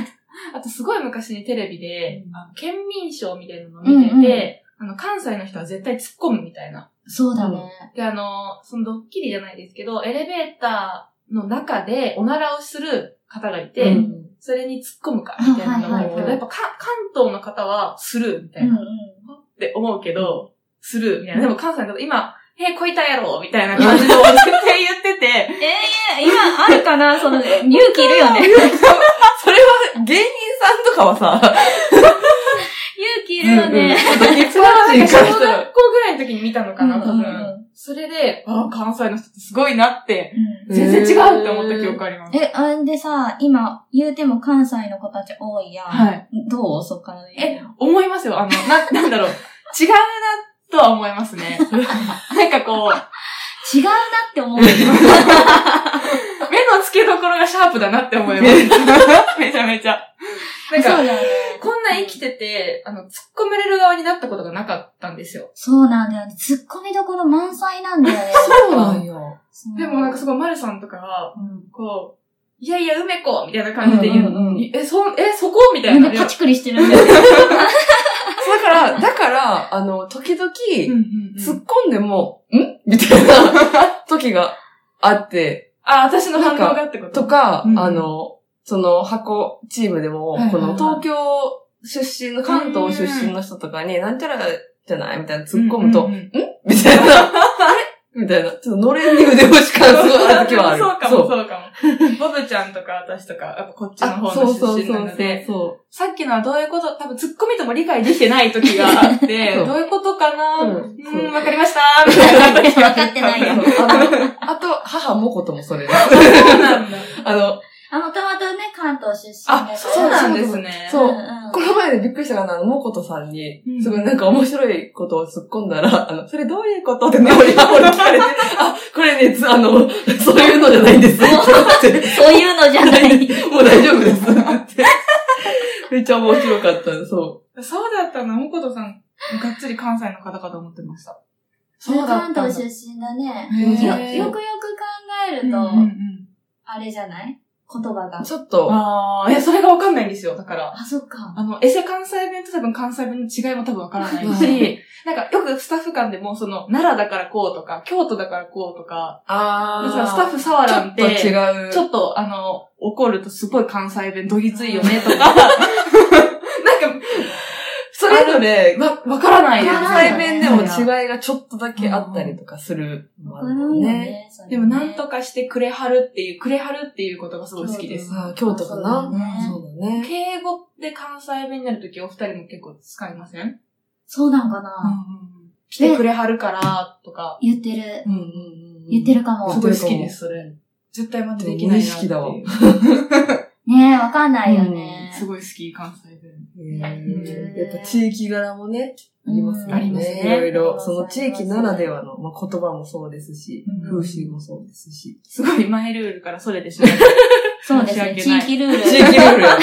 Speaker 3: あとすごい昔にテレビで、あの県民賞みたいなのを
Speaker 2: うん
Speaker 3: 見て
Speaker 2: うん
Speaker 3: て、あの、関西の人は絶対突っ込むみたいな。
Speaker 2: そうだね。
Speaker 3: で、あの、そのドッキリじゃないですけど、エレベーターの中でおならをする方がいて、
Speaker 1: うん
Speaker 3: それに突っ込むか、みたいなのがあるんです
Speaker 1: あはいはい
Speaker 3: けど、
Speaker 1: はい
Speaker 3: やっぱか関東の方はスルーみた
Speaker 2: う
Speaker 3: い
Speaker 2: ん
Speaker 3: な、
Speaker 2: う
Speaker 3: っ
Speaker 2: ん。
Speaker 3: て思うけど、スルーみたいな。でも関西の方、今、へこいたやろみたいな感じのを絶対言ってて、
Speaker 2: ええ今あるか なその、勇気いるよね。
Speaker 1: それは芸人さんとかはさ、
Speaker 2: 勇気いるよ ね。
Speaker 1: ちょっと引っ張ら
Speaker 3: な
Speaker 1: れ
Speaker 3: ん
Speaker 1: て
Speaker 3: か
Speaker 1: いか
Speaker 3: 小学
Speaker 1: 人だ
Speaker 3: 校ぐらいの時に見たのかな、多
Speaker 2: うんうん
Speaker 3: 分。それで、あ関西の人ってすごいなって、
Speaker 2: うん
Speaker 3: 全然違うって思った記憶あります。
Speaker 2: え、あんでさ、今、言うても関西の子たち多いやん。
Speaker 3: はい。
Speaker 2: どうそっからで言う。
Speaker 3: え、思いますよ。あの、な、 なんだろう。違うなとは思いますね。 なんかこう、
Speaker 2: 違 うなって思うよ。
Speaker 3: 目の付けどころがシャープだなって思い ます。めちゃめちゃ。なん
Speaker 2: そうだ
Speaker 3: か、
Speaker 2: よね。
Speaker 3: こんな生きてて、あの、突っ込まれる側になったことがなかったんですよ。
Speaker 2: そうなんだよね。突っ込みどころ満載なんだよね。
Speaker 1: そうなんよ。
Speaker 2: そう
Speaker 3: でもなんかすごい、丸さんとかは、
Speaker 2: うん
Speaker 3: こう、いやいや、梅子みたいな感じで言う。
Speaker 1: うんうんうん
Speaker 3: え、そ、え、そこみたい
Speaker 2: みん
Speaker 3: な。
Speaker 2: なパチクリしてるんだよね。
Speaker 1: だから、だから、あの、時々、
Speaker 3: うんうんうん
Speaker 1: 突っ込んでも、んみたい な時があって、
Speaker 3: あ、私の反応がってこと
Speaker 1: とか、
Speaker 3: うん
Speaker 1: あの、その箱チームでも
Speaker 3: はいはい、
Speaker 1: こ
Speaker 3: はい
Speaker 1: の東京出身の、関東出身の人とかに、なんちゃらじゃないみたいな突っ込むと、
Speaker 3: うんんうんうん
Speaker 1: みたいな。 あれみたいな。ちょっとのれんに腕押し 感すごいある時はある。
Speaker 3: そうかも、そうかも。ボブちゃんとか私とか、やっぱこっちの
Speaker 1: あ
Speaker 3: 方
Speaker 1: そう
Speaker 3: の
Speaker 1: そう
Speaker 3: 出身
Speaker 1: そ
Speaker 3: な
Speaker 1: う
Speaker 3: の
Speaker 1: そう
Speaker 3: で、
Speaker 1: そ
Speaker 3: さっきのはどういうこと、多分ツッコミとも理解できてない時があ って、
Speaker 1: そう
Speaker 3: どういうことかな
Speaker 1: うん
Speaker 3: う
Speaker 1: そ
Speaker 3: ー、
Speaker 1: うん。
Speaker 3: わかりました みたいな時が
Speaker 2: わかってないう
Speaker 1: あ
Speaker 2: よ
Speaker 1: の、あと、母もこともそれ。
Speaker 3: そうなんだ。
Speaker 1: あの、
Speaker 2: あ、もともとね、関東出身だから
Speaker 1: あ
Speaker 3: そうなんですね。
Speaker 1: そう
Speaker 2: うんうん
Speaker 1: この前でびっくりしたかな、あの、もことさんに
Speaker 3: うん、
Speaker 1: すごいなんか面白いことを突っ込んだら、あの、それどういうことってね、おりはおり聞かれて、あ、これね、つあの、そういうのじゃないんですって言って
Speaker 2: そういうのじゃない。
Speaker 1: もう大丈夫ですって言って。めっちゃ面白かった、そう。
Speaker 3: そうだったな、もことさん、がっつり関西の方かと思ってました。
Speaker 2: 関
Speaker 1: んだ
Speaker 2: 東出身だね。
Speaker 3: へ
Speaker 2: よ
Speaker 3: ー
Speaker 2: よくよく考えると、
Speaker 3: うんうんうん
Speaker 2: あれじゃない言葉が。
Speaker 1: ちょっと、
Speaker 3: ああ、いや、それがわかんないんですよ、だから。
Speaker 2: あ、そっか。
Speaker 3: あの、エセ関西弁と多分関西弁の違いも多分わからないし、なんかよくスタッフ間でもその、奈良だからこうとか、京都だからこうとか、
Speaker 1: あ
Speaker 3: そのスタッフサワランっ
Speaker 1: ちょっと
Speaker 3: て、
Speaker 1: 違う。
Speaker 3: ちょっとあの、怒るとすごい関西弁どぎついよねとか、なんか、
Speaker 1: それぞれ、
Speaker 3: わ、わからないです
Speaker 2: わからない
Speaker 1: 対面でも違いがちょっとだけあったりとかするのもあ
Speaker 2: わか
Speaker 1: る
Speaker 2: ら
Speaker 1: も
Speaker 2: ん
Speaker 1: ん
Speaker 2: よ
Speaker 1: ね。
Speaker 2: ね。それね
Speaker 3: でも、なんとかしてくれはるっていう、くれはるっていう言葉すごい好きです。
Speaker 1: ああ京都か
Speaker 2: そう
Speaker 1: な。
Speaker 2: だね
Speaker 1: そうだね。
Speaker 3: 敬語で関西弁になるときお二人も結構使いません
Speaker 2: そうなんかな。
Speaker 3: 来てくれはるから、とか。
Speaker 2: 言ってる。
Speaker 1: うんうんうんうん
Speaker 2: 言ってるかも
Speaker 3: す。ごい好きです、それ。絶対ま似できないなっていう。
Speaker 1: でも無意
Speaker 2: ねえ、わかんないよね。
Speaker 3: すごい好き、関西弁。
Speaker 1: へえやっぱ地域柄もね、ありますよ
Speaker 2: うん
Speaker 1: ね。
Speaker 3: ありますね
Speaker 1: いろいろ、その地域ならではの、まあ、言葉もそうですし、
Speaker 3: うん
Speaker 1: 風習もそうですし。
Speaker 3: すごいマイルールからそれでし ょ。
Speaker 2: そうですね。
Speaker 3: 申し訳
Speaker 2: 地
Speaker 3: ない
Speaker 2: 域ル ール。
Speaker 1: 地域ルールや。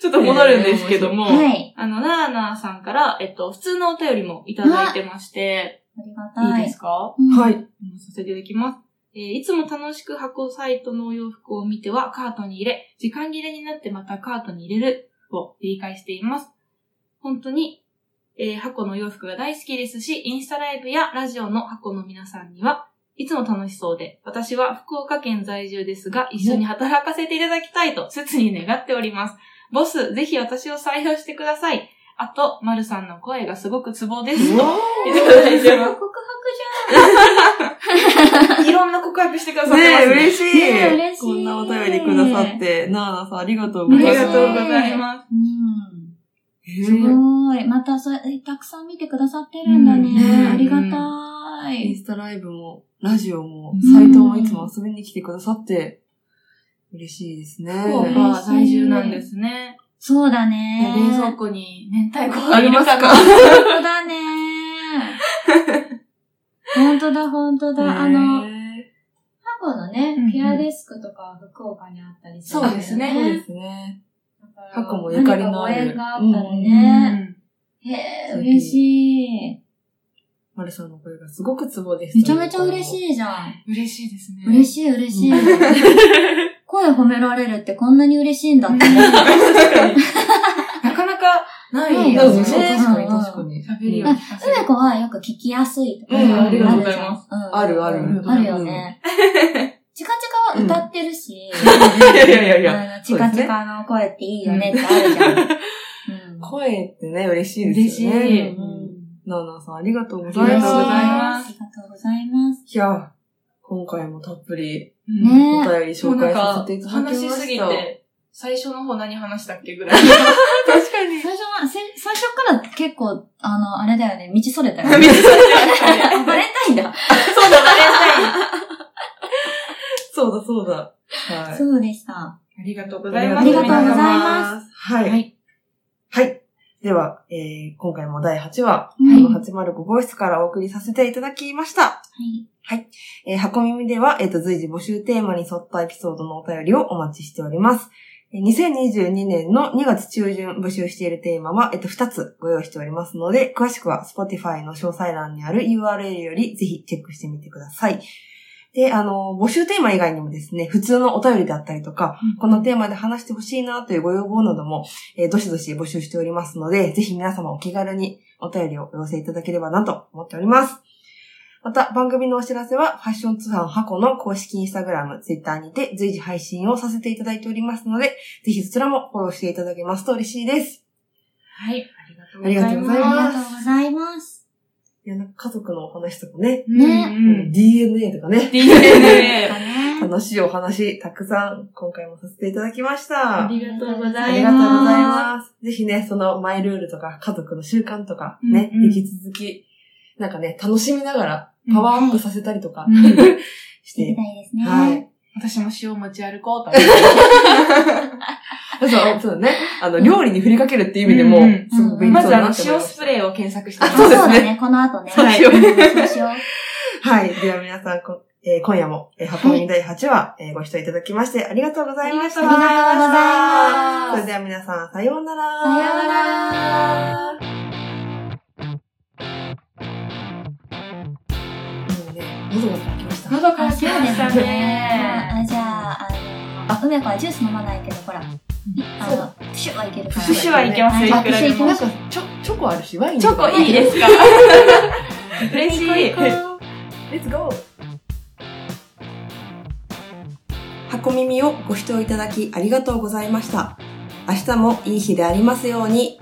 Speaker 3: ちょっと戻るんですけども、
Speaker 2: はい。
Speaker 3: あの、なーなーさんから、えっと、普通のお便りもいただいてまして、
Speaker 2: ありが
Speaker 3: いい
Speaker 2: た
Speaker 3: で
Speaker 2: い。
Speaker 3: す。か
Speaker 1: はい い。
Speaker 3: うんさせていただきます。えーいつも楽しく箱サイトのお洋服を見てはカートに入れ、時間切れになってまたカートに入れるを繰り返しています。本当に、えー箱のお洋服が大好きですし、インスタライブやラジオの箱の皆さんには、いつも楽しそうで、私は福岡県在住ですが、一緒に働かせていただきたいと、切に願っております。ボス、ぜひ私を採用してください。あと、まるさんの声がすごくツボです。といただいてます。
Speaker 2: 告白
Speaker 3: いろんな告白してくださっ
Speaker 1: ね
Speaker 3: てま
Speaker 1: え、
Speaker 3: すね。
Speaker 1: 嬉しい。
Speaker 2: ねえ嬉しい
Speaker 1: こんなお便りくださって、なあなあさんありがとう
Speaker 3: あ
Speaker 1: ござい
Speaker 3: り
Speaker 1: ます。
Speaker 3: がとうございます。
Speaker 2: じ
Speaker 1: へえ
Speaker 2: ゃん。うん。すごい。また、それ、たくさん見てくださってるんだね。
Speaker 1: うん
Speaker 2: ありがた
Speaker 1: イン
Speaker 2: い。
Speaker 1: スタライブも、ラジオも
Speaker 3: うん、
Speaker 1: サイトもいつも遊びに来てくださって、嬉しいですね。
Speaker 3: 福
Speaker 2: う
Speaker 3: 岡在住なんですね。
Speaker 2: そうだ
Speaker 3: 冷
Speaker 2: ね。
Speaker 3: 蔵庫に明太子
Speaker 1: ありますか
Speaker 2: 本当だ ね。本当だ、本当だ。あの、過
Speaker 1: へえ
Speaker 2: 去のね
Speaker 3: うんうん、
Speaker 2: ピアデスクとかは福岡にあったりするん
Speaker 1: そ
Speaker 2: だ
Speaker 1: う
Speaker 2: よ
Speaker 1: ですね。そうですね。
Speaker 2: だから
Speaker 1: 過去もゆかりのある
Speaker 2: 何かご縁があったら
Speaker 3: う
Speaker 2: ね。
Speaker 3: ん
Speaker 2: へえ、
Speaker 1: そうです
Speaker 2: 嬉しい。
Speaker 1: マルさんの声がすごくツボです。
Speaker 2: めちゃめちゃ嬉
Speaker 1: い。
Speaker 2: しいじゃん。
Speaker 3: 嬉しいですね。
Speaker 2: 嬉
Speaker 3: い。
Speaker 2: しい、嬉しい。
Speaker 1: う
Speaker 2: 声褒められるってこんなに嬉しいんだってね。
Speaker 3: なかなかない
Speaker 2: ない
Speaker 1: そう
Speaker 2: よ
Speaker 1: そ
Speaker 2: ね
Speaker 1: う確かに
Speaker 2: うんうん
Speaker 1: 確かに。
Speaker 3: 喋りを
Speaker 2: あ
Speaker 3: 聞かせる
Speaker 2: 梅子はよく聞きやすいとか
Speaker 1: うんありがとう
Speaker 3: ございます
Speaker 2: じゃん。
Speaker 1: あるあ
Speaker 3: う
Speaker 1: る
Speaker 3: ん。
Speaker 2: あるよね。チカチカは歌ってるし、
Speaker 1: うん。 いやいやいやいや。
Speaker 2: あのチカチカの声っていいよねってあるじゃん。うん
Speaker 1: 声ってね、嬉しいですよね。
Speaker 3: 嬉しい
Speaker 1: うんなあなあさんありがとうござ
Speaker 3: あ
Speaker 1: い
Speaker 3: りが
Speaker 1: ま
Speaker 3: とうございます
Speaker 2: ありがとうございます。
Speaker 1: す。いや、今回もたっぷり
Speaker 3: うん
Speaker 2: ね
Speaker 1: お便り
Speaker 3: そう
Speaker 1: 紹
Speaker 3: なん
Speaker 1: 介させ
Speaker 3: か
Speaker 1: ていただきま
Speaker 3: 話
Speaker 1: した。
Speaker 3: しす ぎて、最初の方何話したっけぐらい。
Speaker 1: 確かに。
Speaker 2: 最初は、せ最初から結構、あの、あれだよね、道それ たよね。
Speaker 3: 水差しましたね
Speaker 2: あ バレンタインだ。
Speaker 3: そうだ、バレンタイン。
Speaker 1: そうだそうだ。はい。
Speaker 2: そうでした。
Speaker 3: ありがとうご
Speaker 1: ご
Speaker 3: ざ
Speaker 1: ざ
Speaker 3: い
Speaker 1: い
Speaker 3: ま。
Speaker 1: ますす。
Speaker 2: ありがとうございます
Speaker 1: はい。
Speaker 3: は
Speaker 1: はいい。では、えー、今回も第8話、
Speaker 2: うん
Speaker 1: この805号室からお送りさせていただきました。
Speaker 2: はい。
Speaker 1: えー、箱耳では、えっ、と、随時募集テーマに沿ったエピソードのお便りをお待ちしております。えー2022年の2月中旬募集しているテーマは、えっ、と、2つご用意しておりますので、詳しくは Spotify の詳細欄にある URL よりぜひチェックしてみてください。で、あの、募集テーマ以外にもですね、普通のお便りであったりとか、このテーマで話してほしいなというご要望なども、えーどしどし募集しておりますので、ぜひ皆様お気軽にお便りをお寄せいただければなと思っております。また、番組のお知らせは、ファッション通販箱の公式インスタグラム、ツイッターにて随時配信をさせていただいておりますので、ぜひそちらもフォローしていただけますと嬉しいです。
Speaker 3: はい。ありがとう
Speaker 1: ありがとうござい
Speaker 2: あ
Speaker 1: ま
Speaker 2: りがと
Speaker 1: す
Speaker 2: う。ございます。
Speaker 1: いや、なんか家族のお話とかね、
Speaker 2: ね
Speaker 3: う
Speaker 1: うん
Speaker 3: ん。
Speaker 1: DNA とかね、
Speaker 3: DNA。
Speaker 2: ね
Speaker 1: 楽しいお話、たくさん今回もさせていただきました。
Speaker 3: ありがとうございます。
Speaker 1: ありがとうございます。ぜひね、そのマイルールとか家族の習慣とかね、
Speaker 3: うんうん
Speaker 1: 引き続き、なんかね、楽しみながらパワーアップさせたりとか
Speaker 3: うん
Speaker 1: して、
Speaker 2: 行きたいですね。
Speaker 1: はい。
Speaker 3: 私も塩持ち歩こうと思って。
Speaker 1: そう、そうね。あの、料理に振りかけるっていう意味でも
Speaker 3: うんうん、
Speaker 1: すごく勉強
Speaker 3: ま
Speaker 1: に
Speaker 3: ずあ
Speaker 1: な
Speaker 3: の、
Speaker 1: って思い
Speaker 3: 塩
Speaker 1: まし
Speaker 3: ス
Speaker 1: た
Speaker 3: プレーを検索してま
Speaker 2: あ
Speaker 3: す。
Speaker 1: そうですね
Speaker 2: だね。この後ね。
Speaker 1: そう
Speaker 3: し
Speaker 2: そ
Speaker 3: よ
Speaker 2: う
Speaker 3: う
Speaker 2: しよう。
Speaker 1: はい。では皆さん、こえー今夜も、えー、箱根第8話、えーご視聴いただきまして、ありがとうございました。
Speaker 3: ありがとうございました
Speaker 1: それでは皆さん、さようなら。
Speaker 2: さようなら。
Speaker 1: もうね、喉が渇きました。
Speaker 3: 喉乾きました
Speaker 2: あ
Speaker 3: ね。
Speaker 2: じゃ親子はジュース飲まないけど、ほら、あの、プシュはいけるから。
Speaker 3: プシュはいけますよ、
Speaker 2: はい
Speaker 3: いくらでも
Speaker 5: な
Speaker 2: は
Speaker 5: いん。かチョチョコあるしワイン
Speaker 3: チョコいいですか 嬉しい。
Speaker 5: Let's go!
Speaker 1: 箱耳をご視聴いただきありがとうございました。明日もいい日でありますように。